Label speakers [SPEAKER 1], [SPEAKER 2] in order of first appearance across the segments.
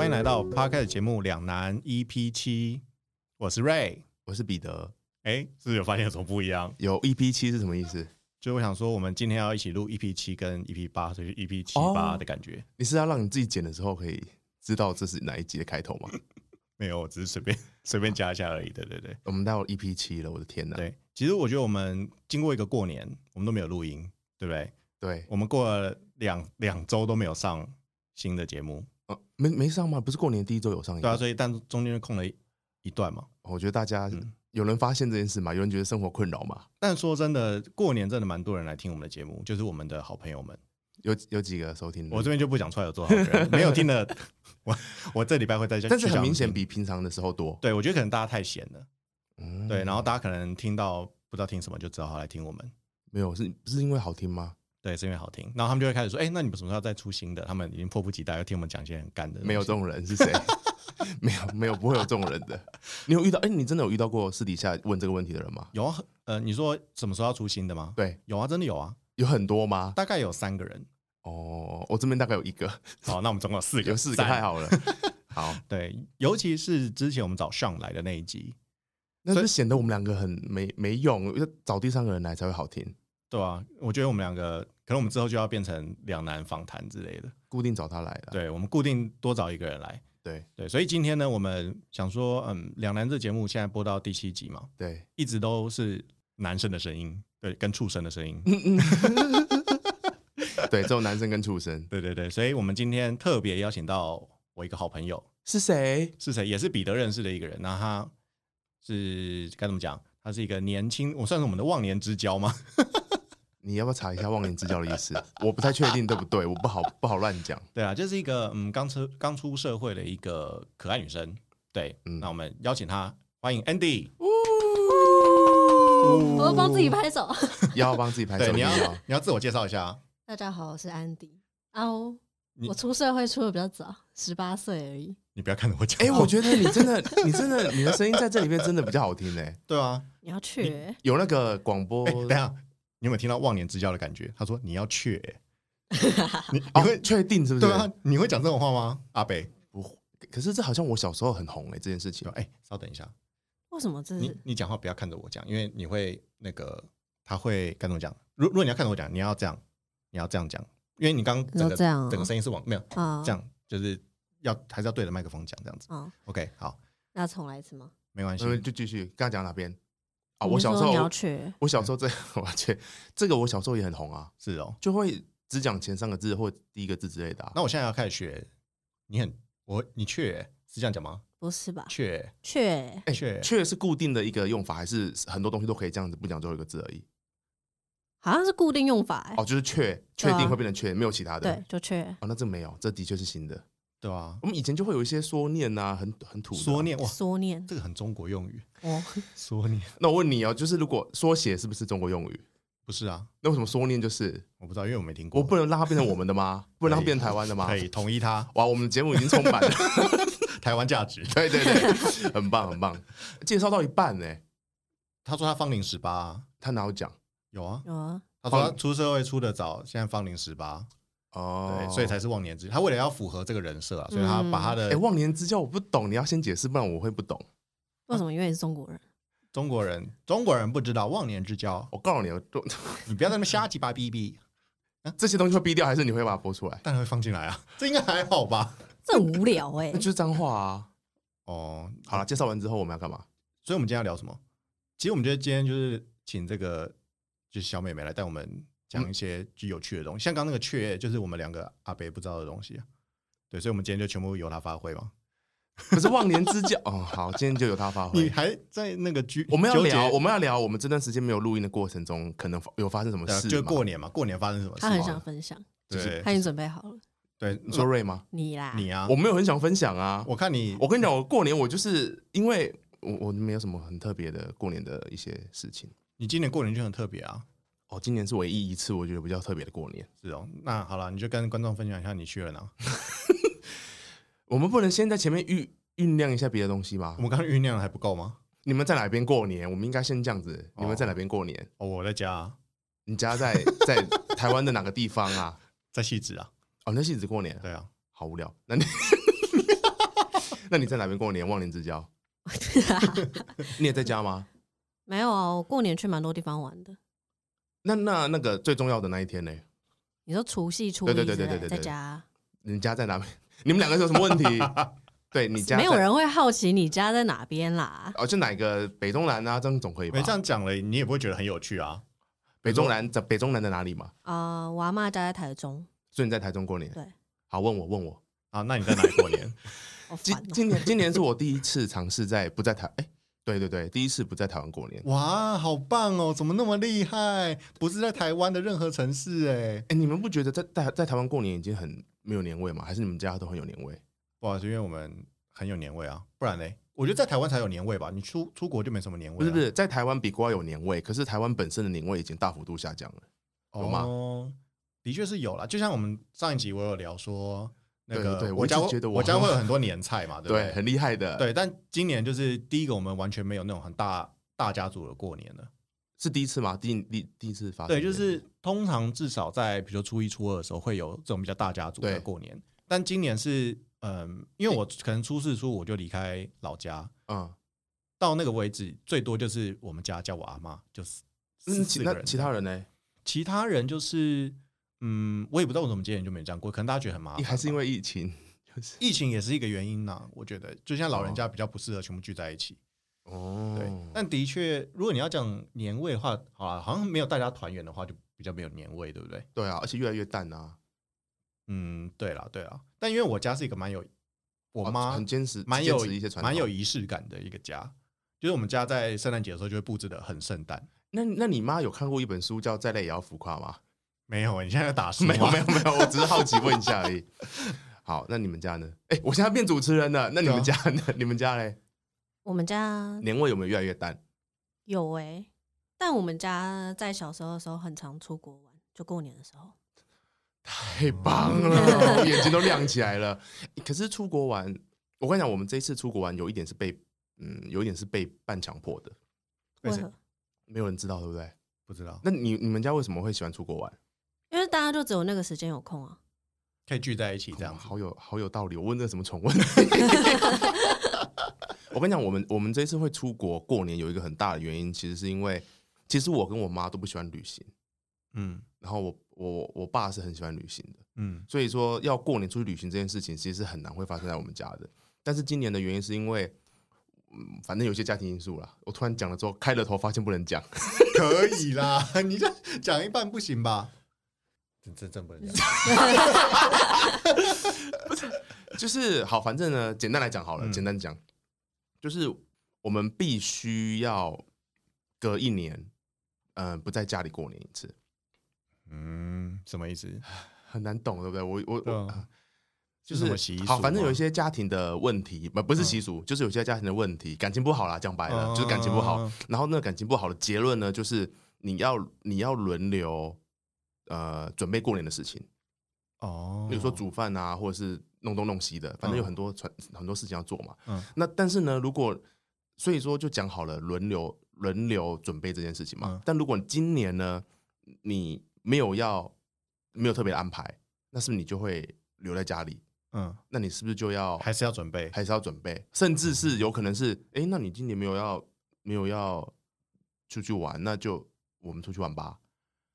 [SPEAKER 1] Podcast 节目《两难 EP 七》，我是 Ray。
[SPEAKER 2] 我是彼得。
[SPEAKER 1] 哎，是不是有发现有什么不一样？
[SPEAKER 2] 有 EP 七是什么意思？
[SPEAKER 1] 就是我想说，我们今天要一起录 EP 七跟 EP 八，所以 EP 七
[SPEAKER 2] 哦
[SPEAKER 1] 八的感觉、
[SPEAKER 2] 你是要让你自己剪的时候可以知道这是哪一集的开头吗？
[SPEAKER 1] 没有，我只是随便 随便加一下而已。对对对
[SPEAKER 2] 我们到 EP 七了，我的天哪！
[SPEAKER 1] 对，其实我觉得我们经过一个过年，我们都没有录音，对不对？
[SPEAKER 2] 对，
[SPEAKER 1] 我们过了两两周都没有上新的节目，
[SPEAKER 2] 呃，没没上吗？不是过年第一周有上映
[SPEAKER 1] 对
[SPEAKER 2] 吗？
[SPEAKER 1] 啊，所以但中间就空了一一段嘛。
[SPEAKER 2] 我觉得大家
[SPEAKER 1] 嗯
[SPEAKER 2] 有人发现这件事吗？有人觉得生活困扰吗？
[SPEAKER 1] 但说真的，过年真的蛮多人来听我们的节目，就是我们的好朋友们。
[SPEAKER 2] 有有几个收听的，
[SPEAKER 1] 我这边就不讲出来有多少人，没有听的， 我我这礼拜会再去。
[SPEAKER 2] 但是
[SPEAKER 1] 去
[SPEAKER 2] 很
[SPEAKER 1] 讲
[SPEAKER 2] 明显
[SPEAKER 1] 听
[SPEAKER 2] 比平常的时候多。
[SPEAKER 1] 对，我觉得可能大家太闲了，
[SPEAKER 2] 嗯
[SPEAKER 1] 对，然后大家可能听到不知道听什么，就只好来听我们，
[SPEAKER 2] 没有是是因为好听吗？
[SPEAKER 1] 对，是因为好听，然后他们就会开始说，哎，那你们什么时候要再出新的？他们已经迫不及待要听我们讲一些很干的东西，
[SPEAKER 2] 没有这种人是谁？ 没有没有不会有这种人的。你有遇到？哎，你真的有遇到过私底下问这个问题的人吗？
[SPEAKER 1] 有啊，呃，你说什么时候要出新的吗？
[SPEAKER 2] 对，
[SPEAKER 1] 有啊，真的有啊，
[SPEAKER 2] 有很多吗？
[SPEAKER 1] 大概有三个人，
[SPEAKER 2] 哦，我这边大概有一个，
[SPEAKER 1] 好，那我们总共有四个，
[SPEAKER 2] 有四个
[SPEAKER 1] 赞
[SPEAKER 2] 太好了。好，
[SPEAKER 1] 对，尤其是之前我们找上来的那一集，
[SPEAKER 2] 那
[SPEAKER 1] 所以
[SPEAKER 2] 就显得我们两个很没没用，要找第三个人来才会好听。
[SPEAKER 1] 对啊，我觉得我们两个可能我们之后就要变成两难访谈之类的，
[SPEAKER 2] 固定找他来了，
[SPEAKER 1] 对，我们固定多找一个人来。
[SPEAKER 2] 对
[SPEAKER 1] 对，所以今天呢，我们想说，嗯，两难这节目现在播到第七集嘛，
[SPEAKER 2] 对，
[SPEAKER 1] 一直都是男生的声音，对，跟畜生的声音，
[SPEAKER 2] 嗯 对，只有男生跟畜生
[SPEAKER 1] 对对对，所以我们今天特别邀请到我一个好朋友，
[SPEAKER 2] 是谁？
[SPEAKER 1] 是谁？也是彼得认识的一个人，那他是该怎么讲？他是一个年轻，我算是我们的忘年之交吗？
[SPEAKER 2] 你要不要查一下忘年之交的意思？我不太确定对不对，我不好不好乱讲。
[SPEAKER 1] 对啊，就是一个嗯，刚出刚出社会的一个可爱女生。对，
[SPEAKER 2] 嗯
[SPEAKER 1] 那我们邀请她，欢迎 Andy。
[SPEAKER 3] 我要帮自
[SPEAKER 2] 哦
[SPEAKER 3] 己拍手。
[SPEAKER 2] 要帮自己拍
[SPEAKER 1] 对，
[SPEAKER 2] 手，
[SPEAKER 1] 你
[SPEAKER 2] 一
[SPEAKER 1] 要
[SPEAKER 2] 定要
[SPEAKER 1] 你要自我介绍一下啊。
[SPEAKER 3] 大家好，我是安迪。啊，我
[SPEAKER 1] 你
[SPEAKER 3] 我出社会出的比较早，十八岁而已。
[SPEAKER 1] 你不要看着我讲。
[SPEAKER 2] 哎、我觉得你真的，你真的，你的声音在这里面真的比较好听哎、
[SPEAKER 1] 对啊。
[SPEAKER 3] 你要去、欸？
[SPEAKER 2] 有那个广播
[SPEAKER 1] 哎、等一下，你有没有听到忘年之交的感觉？他说你要去、欸，你你
[SPEAKER 2] 哦
[SPEAKER 1] 会、，
[SPEAKER 2] 确定是不是？
[SPEAKER 1] 对啊？你会讲这种话吗？阿北，
[SPEAKER 2] 不会，可是这好像我小时候很红哎、这件事情
[SPEAKER 1] 对。哎、稍等一下，
[SPEAKER 3] 为什么
[SPEAKER 2] 嗯
[SPEAKER 3] 这
[SPEAKER 1] 你
[SPEAKER 3] 是？
[SPEAKER 1] 你讲话不要看着我讲，因为你会那个他会该怎么讲？如如果你要看着我讲，你要这样，你要这样讲，因为你刚整个
[SPEAKER 3] 你说这样哦
[SPEAKER 1] 整个声音是往没有
[SPEAKER 3] 啊
[SPEAKER 1] 这样就是要还是要对着麦克风讲这样子。
[SPEAKER 3] 啊，
[SPEAKER 1] OK，好，
[SPEAKER 3] 那重来一次吗？
[SPEAKER 1] 没关系
[SPEAKER 2] 所。以嗯就继续刚刚讲哪边啊？
[SPEAKER 3] 你
[SPEAKER 2] 我
[SPEAKER 3] 是
[SPEAKER 2] 小时
[SPEAKER 3] 说
[SPEAKER 2] 候
[SPEAKER 3] 你要去，欸
[SPEAKER 2] 我小时候这 我去这个我小时候也很红啊，
[SPEAKER 1] 是哦，
[SPEAKER 2] 就会只讲前三个字或第一个字之类的、啊。
[SPEAKER 1] 那我现在要开始学。你很我你却是这样讲吗？
[SPEAKER 3] 不是吧？
[SPEAKER 1] 却
[SPEAKER 3] 去欸
[SPEAKER 2] 哎
[SPEAKER 1] 却
[SPEAKER 2] 确是固定的一个用法，还是很多东西都可以这样子不讲最后一个字而已？
[SPEAKER 3] 好像是固定用法、欸。
[SPEAKER 2] 哦，就是确确
[SPEAKER 3] 对啊
[SPEAKER 2] 定会变成确，没有其他的。
[SPEAKER 3] 对，就去欸
[SPEAKER 2] 哦，那这没有，这的确是新的。
[SPEAKER 1] 对啊，
[SPEAKER 2] 我们以前就会有一些缩念呐、啊，很很土的啊
[SPEAKER 1] 缩。念哇，
[SPEAKER 3] 缩念
[SPEAKER 1] 这。个很中国用语。
[SPEAKER 3] 哦，
[SPEAKER 1] 缩念
[SPEAKER 2] 那我问你哦，就是如果缩写是不是中国用语？
[SPEAKER 1] 不是啊，
[SPEAKER 2] 那为什么缩念就是
[SPEAKER 1] 我不知道，因为我没听过。
[SPEAKER 2] 我不能让它变成我们的吗？不能让它变成台湾的 吗
[SPEAKER 1] 可？以统一它，
[SPEAKER 2] 哇，我们节目已经充满了，
[SPEAKER 1] 台湾价值。
[SPEAKER 2] 对对对，很棒很棒，介绍到一半呢、
[SPEAKER 1] 他说他芳龄十八、啊，
[SPEAKER 2] 他哪有讲？
[SPEAKER 1] 有啊。
[SPEAKER 3] 有啊，
[SPEAKER 1] 他说
[SPEAKER 2] 芳
[SPEAKER 1] 他出社会出的早，现在芳龄十八，
[SPEAKER 2] 哦，
[SPEAKER 1] 对，所以才是忘年之。他为了要符合这个人设啊，所以他把他
[SPEAKER 2] 哎、
[SPEAKER 1] 的
[SPEAKER 2] 忘年之交我不懂，你要先解释，不然我会不懂。
[SPEAKER 3] 为什么？因为你是中国人。
[SPEAKER 1] 中国人，中国人不知道忘年之交，
[SPEAKER 2] 我告诉你，我都
[SPEAKER 1] 你不要在那边瞎鸡巴逼逼，
[SPEAKER 2] 这些东西会逼掉，还是你会把它播出来？
[SPEAKER 1] 当然会放进来啊， 这应该还好吧？
[SPEAKER 3] 这很无聊哎、
[SPEAKER 2] 那就是脏话啊！
[SPEAKER 1] 哦，
[SPEAKER 2] 好了，介绍完之后我们要干嘛？
[SPEAKER 1] 所以我们今天要聊什么？其实我们觉得今天就是请这个就是小美眉来带我们讲一些就有趣的东西，像刚刚那个雀，就是我们两个阿伯不知道的东西、啊。对，所以我们今天就全部由她发挥嘛。
[SPEAKER 2] 可是忘年之交 哦，好，今天就由他发
[SPEAKER 1] 你
[SPEAKER 2] 挥。
[SPEAKER 1] 还在那个居，
[SPEAKER 2] 我们要
[SPEAKER 1] 纠结
[SPEAKER 2] 聊，我们要聊，我们这段时间没有录音的过程中，可能有发生什么
[SPEAKER 1] 对啊
[SPEAKER 2] 事吗？
[SPEAKER 1] 就过年嘛，过年发生什么事
[SPEAKER 3] 他很想
[SPEAKER 1] 嘛？
[SPEAKER 3] 分享，
[SPEAKER 1] 对
[SPEAKER 3] 他已经准备好了。
[SPEAKER 1] 对，
[SPEAKER 2] 你说瑞吗？
[SPEAKER 3] 你啦，
[SPEAKER 1] 你啊，
[SPEAKER 2] 我没有很想分享啊。我
[SPEAKER 1] 我看你，
[SPEAKER 2] 我跟你讲，我过年我就是因为我我没有什么很特别的过年的一些事情。
[SPEAKER 1] 你今年过年就很特别啊。
[SPEAKER 2] 哦，今年是唯一一次我觉得比较特别的过年。
[SPEAKER 1] 是哦，那好了，你就跟观众分享一下你去了哪。
[SPEAKER 2] 我们不能先在前面酝酝酿一下别的东西吗
[SPEAKER 1] 我？们刚刚酝酿的还不够吗？
[SPEAKER 2] 你们在哪边过年？我们应该先这样子。
[SPEAKER 1] 哦
[SPEAKER 2] 你们在哪边过年？
[SPEAKER 1] 哦，我在家、啊，
[SPEAKER 2] 你家在在台湾的哪个地方啊？
[SPEAKER 1] 在戏子啊。
[SPEAKER 2] 哦，那是一直过年，
[SPEAKER 1] 对啊，
[SPEAKER 2] 好无聊。那你那你在哪边过年？忘年 之交，你也在家吗？
[SPEAKER 3] 没有啊，我过年去蛮多地方玩的。
[SPEAKER 2] 那那那个最重要的那一天呢？
[SPEAKER 3] 你说除夕、初一
[SPEAKER 2] 对对对
[SPEAKER 3] 之
[SPEAKER 2] 对
[SPEAKER 3] 类
[SPEAKER 2] 对对
[SPEAKER 3] 的在
[SPEAKER 2] 对
[SPEAKER 3] 家，
[SPEAKER 2] 你家在哪边？你们两个是有什么问题？对你家
[SPEAKER 3] 没有
[SPEAKER 2] 在
[SPEAKER 3] 人会好奇你家在哪边啦。
[SPEAKER 2] 哦，就哪一个北中南啊？这样总可以吧
[SPEAKER 1] 没？这样讲了，你也不会觉得很有趣啊。
[SPEAKER 2] 北中南在北中南在哪里嘛？
[SPEAKER 3] 啊、我阿妈家在台中，
[SPEAKER 2] 所以你在台中过年？
[SPEAKER 3] 对，
[SPEAKER 2] 好，问我问我，
[SPEAKER 1] 啊，那你在哪里过年？
[SPEAKER 3] 好烦
[SPEAKER 2] 今
[SPEAKER 3] 哦、
[SPEAKER 2] 今年今年是我第一次尝试在不在台， 哎、对对对，第一次不在台湾过年。
[SPEAKER 1] 哇，好棒哦！怎么那么厉害？不是在台湾的任何城市哎、
[SPEAKER 2] 哎、你们不觉得在在在台湾过年已经很没有年味吗？还是你们家都很有年味？
[SPEAKER 1] 不好意思，因为我们很有年味啊，不然嘞，我觉得在台湾才有年味吧，你出出国就没什么年味、啊。
[SPEAKER 2] 不是不是，在台湾比国外有年味，可是台湾本身的年味已经大幅度下降了。有吗
[SPEAKER 1] 哦，的确是有啦。就像我们上一集我有聊说，那个
[SPEAKER 2] 对对我
[SPEAKER 1] 我家
[SPEAKER 2] 一直
[SPEAKER 1] 会
[SPEAKER 2] 觉得我
[SPEAKER 1] 我家
[SPEAKER 2] 很
[SPEAKER 1] 会有很多年菜嘛，对不
[SPEAKER 2] 对，很厉害的。，
[SPEAKER 1] 对，但今年就是第一个，我们完全没有那种很大大家族的过年了。
[SPEAKER 2] 是第一次吗？第一第第一次发生
[SPEAKER 1] 对，
[SPEAKER 2] 年？
[SPEAKER 1] 就是通常至少在比如说初一、初二的时候会有这种比较大家族
[SPEAKER 2] 对
[SPEAKER 1] 的过年，但今年是嗯，因为我可能初四初五我就离开老家，
[SPEAKER 2] 嗯，
[SPEAKER 1] 到那个为止，最多就是我们家叫我阿妈，就是
[SPEAKER 2] 嗯，
[SPEAKER 1] 四
[SPEAKER 2] 其
[SPEAKER 1] 个
[SPEAKER 2] 那
[SPEAKER 1] 人。
[SPEAKER 2] 其他人呢？
[SPEAKER 1] 其他人就是嗯，我也不知道我怎么今年就没这样过，可能大家觉得很麻烦吧，
[SPEAKER 2] 还是因为疫情？就是
[SPEAKER 1] 疫情也是一个原因呐、我觉得就像老人家比较不适合全部聚在一起。
[SPEAKER 2] 哦，
[SPEAKER 1] 对，但的确，如果你要讲年味的话，好啦，好像没有大家团圆的话，就比较没有年味，对不对？
[SPEAKER 2] 对啊，而且越来越淡啊。
[SPEAKER 1] 嗯，对啦，对啦。但因为我家是一个蛮有，我
[SPEAKER 2] 哦
[SPEAKER 1] 妈
[SPEAKER 2] 很坚持，
[SPEAKER 1] 蛮有
[SPEAKER 2] 坚持一些传统。
[SPEAKER 1] 蛮有仪式感的一个家，就是我们家在圣诞节的时候就会布置的很圣诞。
[SPEAKER 2] 那那你妈有看过一本书叫《再累也要浮夸》吗？
[SPEAKER 1] 没有欸，你现在在 打
[SPEAKER 2] 没有没
[SPEAKER 1] 有，
[SPEAKER 2] 有没有，我只是好奇问一 下而已。好，那你们家呢？哎、我现在变主持人了。那你们家呢？
[SPEAKER 1] 啊
[SPEAKER 2] 你们家嘞？
[SPEAKER 3] 我们家
[SPEAKER 2] 年味有没有越来越淡？
[SPEAKER 3] 有哎、但我们家在小时候的时候很常出国玩，就过年的时候。
[SPEAKER 2] 太棒 了，我眼睛都亮起来了。可是出国玩，我跟你讲，我们这一次出国玩有一点是被，嗯，有一点是被半强迫的，
[SPEAKER 1] 为
[SPEAKER 3] 为
[SPEAKER 1] 什
[SPEAKER 3] 何？
[SPEAKER 2] 没有人知道，对不对？
[SPEAKER 1] 不知道
[SPEAKER 2] 那你你们家为什么会喜欢出国玩？
[SPEAKER 3] 因为大家就只有那个时间有空啊。
[SPEAKER 1] 可以聚在一起这样
[SPEAKER 2] 哇
[SPEAKER 1] 子。
[SPEAKER 2] 好有好有道理。我问这什么 蠢问题？我跟你讲，我们我们这一次会出国过年，有一个很大的原因，其实是因为，其实我跟我妈都不喜欢旅行，
[SPEAKER 1] 嗯
[SPEAKER 2] 然后我我我爸是很喜欢旅行的，
[SPEAKER 1] 嗯，
[SPEAKER 2] 所以说要过年出去旅行这件事情，其实是很难会发生在我们家的。但是今年的原因是因为，嗯，反正有一些家庭因素啦。我突然讲了之后，开了头发现不能讲，
[SPEAKER 1] 可以啦，你这讲一半不行吧？真真真不能 讲。
[SPEAKER 2] 就是好，反正呢，简单来讲好了，
[SPEAKER 1] 嗯
[SPEAKER 2] 简单讲，就是我们必须要隔一年，嗯、不在家里过年一次，
[SPEAKER 1] 嗯，什么意思？
[SPEAKER 2] 很难懂，对不对？我我
[SPEAKER 1] 对啊
[SPEAKER 2] 我、啊
[SPEAKER 1] 是什么习俗啊
[SPEAKER 2] 好，反正有一
[SPEAKER 1] 吗嗯
[SPEAKER 2] 些家庭的问题，不不是习俗，就是有些家庭的问题，感情不好啦，讲白了、就是感情不好
[SPEAKER 1] 嗯。
[SPEAKER 2] 然后那个感情不好的结论呢，就是你要你要轮流呃准备过年的事情。
[SPEAKER 1] 哦，
[SPEAKER 2] 比如说煮饭啊，或者是弄东弄西的，反正有
[SPEAKER 1] 嗯
[SPEAKER 2] 很多传、很多事情要做嘛。
[SPEAKER 1] 嗯
[SPEAKER 2] 那但是呢，如果所以说就讲好了轮流轮流准备这件事情嘛。
[SPEAKER 1] 嗯
[SPEAKER 2] 但如果今年呢，你没有要没有特别的安排，那是不是你就会留在家里？
[SPEAKER 1] 嗯，
[SPEAKER 2] 那你是不是就要
[SPEAKER 1] 还是要准备。
[SPEAKER 2] 还是要准备，甚至是有可能是，哎、那你今年没有要没有要出去玩，那就我们出去玩吧。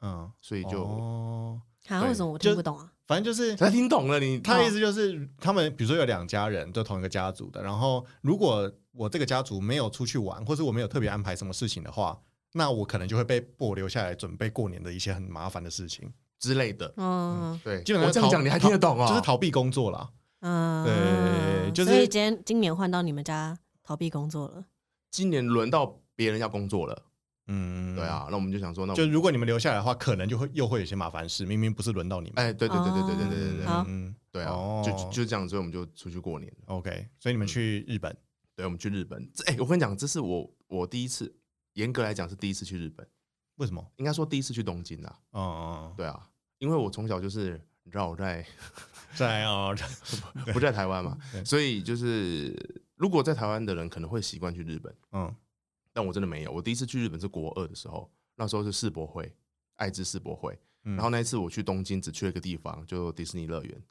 [SPEAKER 1] 嗯，
[SPEAKER 2] 所以就、
[SPEAKER 1] 哦，
[SPEAKER 3] 啊，
[SPEAKER 2] 对
[SPEAKER 3] 为什么我
[SPEAKER 1] 就
[SPEAKER 3] 听不懂啊？
[SPEAKER 1] 反正就是
[SPEAKER 2] 他听懂了你，哦
[SPEAKER 1] 他的意思就是，他们比如说有两家人，就同一个家族的。然后，如果我这个家族没有出去玩，或是我没有特别安排什么事情的话，那我可能就会被迫留下来准备过年的一些很麻烦的事情。
[SPEAKER 2] 之 类的。
[SPEAKER 3] 嗯
[SPEAKER 2] 对，
[SPEAKER 1] 基本上
[SPEAKER 2] 我这样
[SPEAKER 1] 逃
[SPEAKER 2] 讲你还听得懂哦？
[SPEAKER 1] 就是逃避工作啦。
[SPEAKER 3] 嗯，
[SPEAKER 1] 对就是
[SPEAKER 3] 所以今天今年换到你们家逃避工作了。
[SPEAKER 2] 今年轮到别人要工作了，
[SPEAKER 1] 嗯，
[SPEAKER 2] 对。啊，那我们就想说，那我
[SPEAKER 1] 就
[SPEAKER 2] 们
[SPEAKER 1] 如果你们留下来的话，可能就会又会有一些麻烦事。明明不是轮到你们，
[SPEAKER 2] 哎，对对对对对对对对
[SPEAKER 3] 哦
[SPEAKER 2] 对
[SPEAKER 3] 好
[SPEAKER 1] 嗯
[SPEAKER 2] 对啊，
[SPEAKER 1] 哦
[SPEAKER 2] 就就就这样，所以我们就出去过年了。
[SPEAKER 1] ，OK。所以你们去日本，
[SPEAKER 2] 对，我们去日本，这哎，我跟你讲，这是我我第一次，严格来讲是第一次去日本，
[SPEAKER 1] 为什么？
[SPEAKER 2] 应该说第一次去东京啊，
[SPEAKER 1] 哦，
[SPEAKER 2] 对啊，因为我从小就是你知道我在
[SPEAKER 1] 在 哦，
[SPEAKER 2] 不在台湾嘛，
[SPEAKER 1] 对
[SPEAKER 2] 所以就是如果在台湾的人可能会习惯去日本，
[SPEAKER 1] 嗯
[SPEAKER 2] 但我真的没有，我第一次去日本是国二的时候，那时候是世博会，爱知世博会，
[SPEAKER 1] 嗯
[SPEAKER 2] 然后那一次我去东京只去了一个地方，就迪士尼乐园。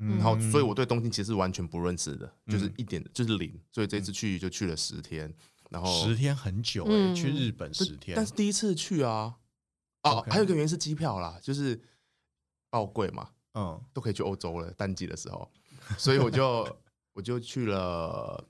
[SPEAKER 1] 嗯
[SPEAKER 2] 然后，所以我对东京其实是完全不认识的，就是
[SPEAKER 1] 嗯
[SPEAKER 2] 一点就是零，所以这次去就去了十天，然后
[SPEAKER 1] 十天很久哎、
[SPEAKER 3] 嗯
[SPEAKER 1] 去日本
[SPEAKER 2] 这
[SPEAKER 1] 十天，
[SPEAKER 2] 哦但是第一次去啊，哦，
[SPEAKER 1] OK
[SPEAKER 2] 还有一个原因是机票啦，就是爆贵嘛，
[SPEAKER 1] 嗯
[SPEAKER 2] 都可以去欧洲了，淡季的时候，所以我就 我就去了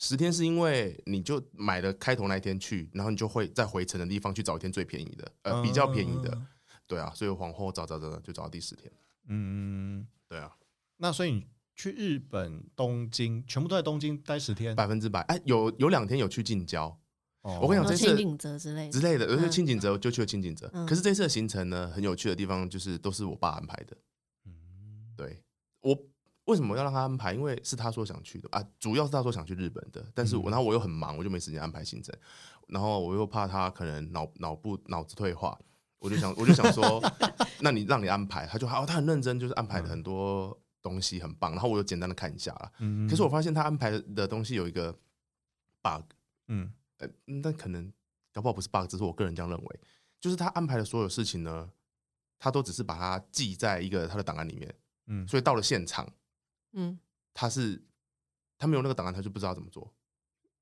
[SPEAKER 2] 十天，是因为你就买了开头那一天去，然后你就会在回程的地方去找一天最便宜的，
[SPEAKER 3] 啊
[SPEAKER 2] 呃，比较便宜的，对啊，所以往后找找找找就找到第十天，
[SPEAKER 1] 嗯，
[SPEAKER 2] 对啊，
[SPEAKER 1] 那所以你去日本东京，全部都在东京待十天。
[SPEAKER 2] 百分之百，哎，有有两天有去近郊
[SPEAKER 1] 哦
[SPEAKER 2] 我跟你讲
[SPEAKER 3] 然后
[SPEAKER 2] 这次
[SPEAKER 3] 清领泽之类
[SPEAKER 2] 之
[SPEAKER 3] 的，
[SPEAKER 2] 类的，而且
[SPEAKER 3] 嗯
[SPEAKER 2] 清景泽就去了清景泽，
[SPEAKER 3] 嗯
[SPEAKER 2] 可是这次的行程呢，很有趣的地方就是都是我爸安排的，
[SPEAKER 1] 嗯
[SPEAKER 2] 对我为什么要让他安排？因为是他说想去的啊，主要是他说想去日本的，但是我、
[SPEAKER 1] 嗯
[SPEAKER 2] 然后我又很忙，我就没时间安排行程，然后我又怕他可能脑脑部脑子退化，我就想我就 想说，那你让你安排，他就好、他很认真，就是安排了很多东西很棒，然后我有简单的看一下啦。
[SPEAKER 1] 嗯
[SPEAKER 2] 可是我发现他安排的东西有一个 bug，
[SPEAKER 1] 嗯
[SPEAKER 2] 呃，那可能搞不好不是 bug，只是我个人这样认为，就是他安排的所有事情呢，他都只是把它记在一个他的档案里面，
[SPEAKER 1] 嗯，
[SPEAKER 2] 所以到了现场。
[SPEAKER 3] 嗯，
[SPEAKER 2] 他是他没有那个档案，他就不知道怎么做。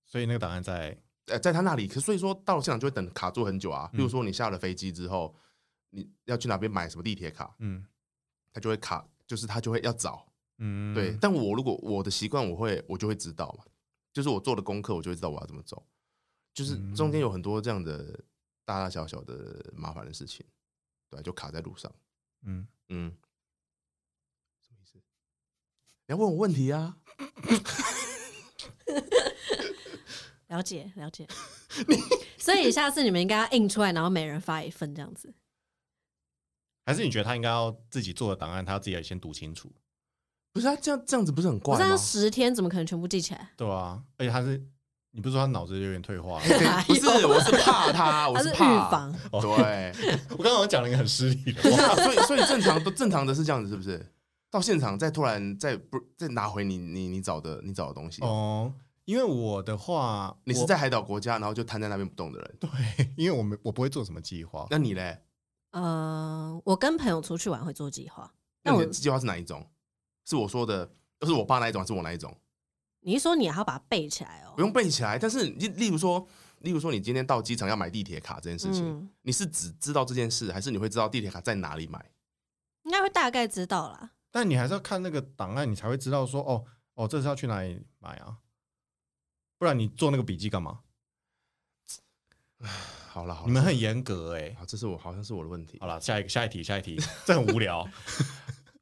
[SPEAKER 1] 所以那个档案在
[SPEAKER 2] 呃，在他那里，可所以说到了现场就会等卡住很久啊。
[SPEAKER 1] 嗯
[SPEAKER 2] 比如说你下了飞机之后，你要去哪边买什么地铁卡，
[SPEAKER 1] 嗯
[SPEAKER 2] 他就会卡，就是他就会要找。
[SPEAKER 1] 嗯
[SPEAKER 2] 对，但我如果我的习惯，我会我就会知道嘛，就是我做的功课，我就会知道我要怎么走。就是
[SPEAKER 1] 嗯
[SPEAKER 2] 中间有很多这样的大大小小的麻烦的事情，对，啊就卡在路上。
[SPEAKER 1] 嗯
[SPEAKER 2] 嗯，什么意思？你要问我问题啊？
[SPEAKER 3] 了解 了解。所以下次你们应该要印出来，然后每人发一份这样 子。
[SPEAKER 1] 还是你觉得他应该要自己做的档案，他要自己先读清楚，
[SPEAKER 2] 不是啊，这样这样子不是很
[SPEAKER 3] 我
[SPEAKER 2] 怪
[SPEAKER 3] 这
[SPEAKER 2] 吗
[SPEAKER 3] 样？十天怎么可能全部记起来？
[SPEAKER 1] 对啊，而且他是你不是说他脑子有点退化吗？
[SPEAKER 2] 对不
[SPEAKER 3] 哎
[SPEAKER 2] 是，
[SPEAKER 3] 呦
[SPEAKER 2] 我是怕 他，哦我
[SPEAKER 3] 它是预
[SPEAKER 2] 怕。
[SPEAKER 3] 防，
[SPEAKER 2] 对，
[SPEAKER 1] 我刚刚讲了一个很失礼的
[SPEAKER 2] 不是
[SPEAKER 1] 话，
[SPEAKER 2] 啊，所以所以正常都正常的是这样子，是不是？到现场再突然再不再拿回你你你找的你找的东西，
[SPEAKER 1] 哦，因为我的话，
[SPEAKER 2] 你是
[SPEAKER 1] 我
[SPEAKER 2] 在海岛国家，然后就瘫在那边不动的人，
[SPEAKER 1] 对，啊因为我没我不会做什么计划，
[SPEAKER 2] 那你嘞？
[SPEAKER 3] 呃，我跟朋友出去玩会做计划，
[SPEAKER 2] 那
[SPEAKER 3] 但
[SPEAKER 2] 你
[SPEAKER 3] 我
[SPEAKER 2] 的计划是哪一种？是我说的，是我爸那一种，还是我那一种？
[SPEAKER 3] 你一说你还要把它背起来哦，
[SPEAKER 2] 不用背起来，但是例例如说，例如说你今天到机场要买地铁卡这件事情，
[SPEAKER 3] 嗯
[SPEAKER 2] 你是只知道这件事，还是你会知道地铁卡在哪里买？
[SPEAKER 3] 应该会大概知道啦。
[SPEAKER 1] 但你还是要看那个档案，你才会知道说，哦哦，这是要去哪里买啊？不然你做那个笔记干嘛？
[SPEAKER 2] 好了好了，
[SPEAKER 1] 你们很严格哎、
[SPEAKER 2] 好，这是我好像是我的问题
[SPEAKER 1] 好。了，下一个，下一题，下一题，这很无 聊。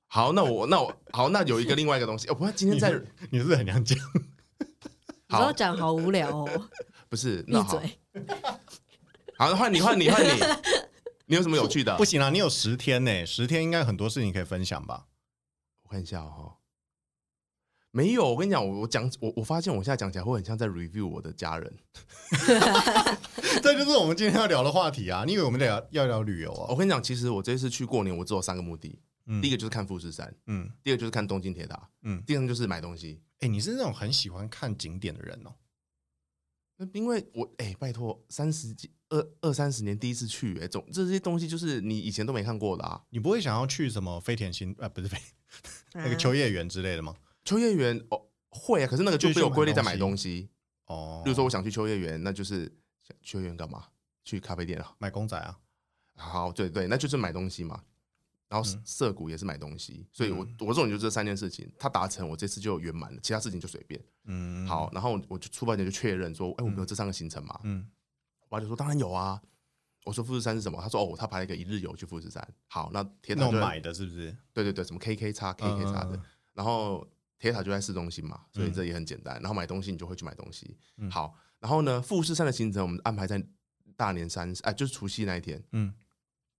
[SPEAKER 2] 好，那我 那我好，那有一个另外一个东西，哦，不，今天
[SPEAKER 1] 你
[SPEAKER 2] 在
[SPEAKER 1] 是你是不是很 想讲？
[SPEAKER 3] 你知道
[SPEAKER 2] 好
[SPEAKER 3] 讲好无聊哦，
[SPEAKER 2] 不是
[SPEAKER 3] 闭
[SPEAKER 2] 那好，
[SPEAKER 3] 嘴。
[SPEAKER 2] 好换你换你 换你，你有什么有趣的？啊
[SPEAKER 1] 不行啦，你有十天呢、十天应该很多事情可以分享 吧？
[SPEAKER 2] 我看一下哈、哦，没有，我跟你讲，我我讲我我发现我现在讲起来会很像在 review 我的家人。
[SPEAKER 1] 这就是我们今天要聊的话题啊！你以为我们聊要聊旅游
[SPEAKER 2] 我
[SPEAKER 1] 啊？
[SPEAKER 2] 跟你讲，其实我这次去过年，我只有三个目的，
[SPEAKER 1] 嗯
[SPEAKER 2] 哦第一个就是看富士山，
[SPEAKER 1] 嗯
[SPEAKER 2] 第二个就是看东京铁塔，
[SPEAKER 1] 嗯，哎、
[SPEAKER 2] 第三个就是买东西。
[SPEAKER 1] 你是那种很喜欢看景点的人哦、
[SPEAKER 2] 那因为我哎、拜托，三十几二二三十年第一次去、哎，总这些东西就是你以前都没看过的啊。
[SPEAKER 1] 你不会想要去什么飞田新啊？不是飞、那个
[SPEAKER 3] 啊
[SPEAKER 1] 秋叶原之类的吗？
[SPEAKER 2] 秋叶原哦会啊，可是那个就
[SPEAKER 1] 就是
[SPEAKER 2] 被我
[SPEAKER 1] 去买
[SPEAKER 2] 归类在
[SPEAKER 1] 东
[SPEAKER 2] 买
[SPEAKER 1] 西
[SPEAKER 2] 东西。
[SPEAKER 1] 哦，
[SPEAKER 2] 比如说我想去秋叶原，那就是想秋叶原干嘛？去咖啡店啊？
[SPEAKER 1] 买公仔啊，
[SPEAKER 2] 好，对对，那就是买东西嘛。然后
[SPEAKER 1] 嗯
[SPEAKER 2] 涩谷也是买东西，所以我
[SPEAKER 1] 嗯
[SPEAKER 2] 我这种就这三件事情，它达成我这次就圆满了，其他事情就随便。
[SPEAKER 1] 嗯，
[SPEAKER 2] 好，，然后我就出发前就确认说，哎，我们有这三个行程嘛？
[SPEAKER 1] 嗯
[SPEAKER 2] 我爸就说当然有啊。我说富士山是什么？他说哦，他排了一个一日游去富士山。好，那铁
[SPEAKER 1] 那
[SPEAKER 2] 塔
[SPEAKER 1] 种
[SPEAKER 2] 就在
[SPEAKER 1] 买的是不是？
[SPEAKER 2] 对对对，什么 KK 叉 KK 叉的
[SPEAKER 1] 嗯。
[SPEAKER 2] 然后铁塔就在市中心嘛，所以
[SPEAKER 1] 嗯
[SPEAKER 2] 这也很简单。然后买东西你就会去买东西。
[SPEAKER 1] 嗯
[SPEAKER 2] 好，然后呢，富士山的行程我们安排在大年三十，哎，就是除夕那一天。
[SPEAKER 1] 嗯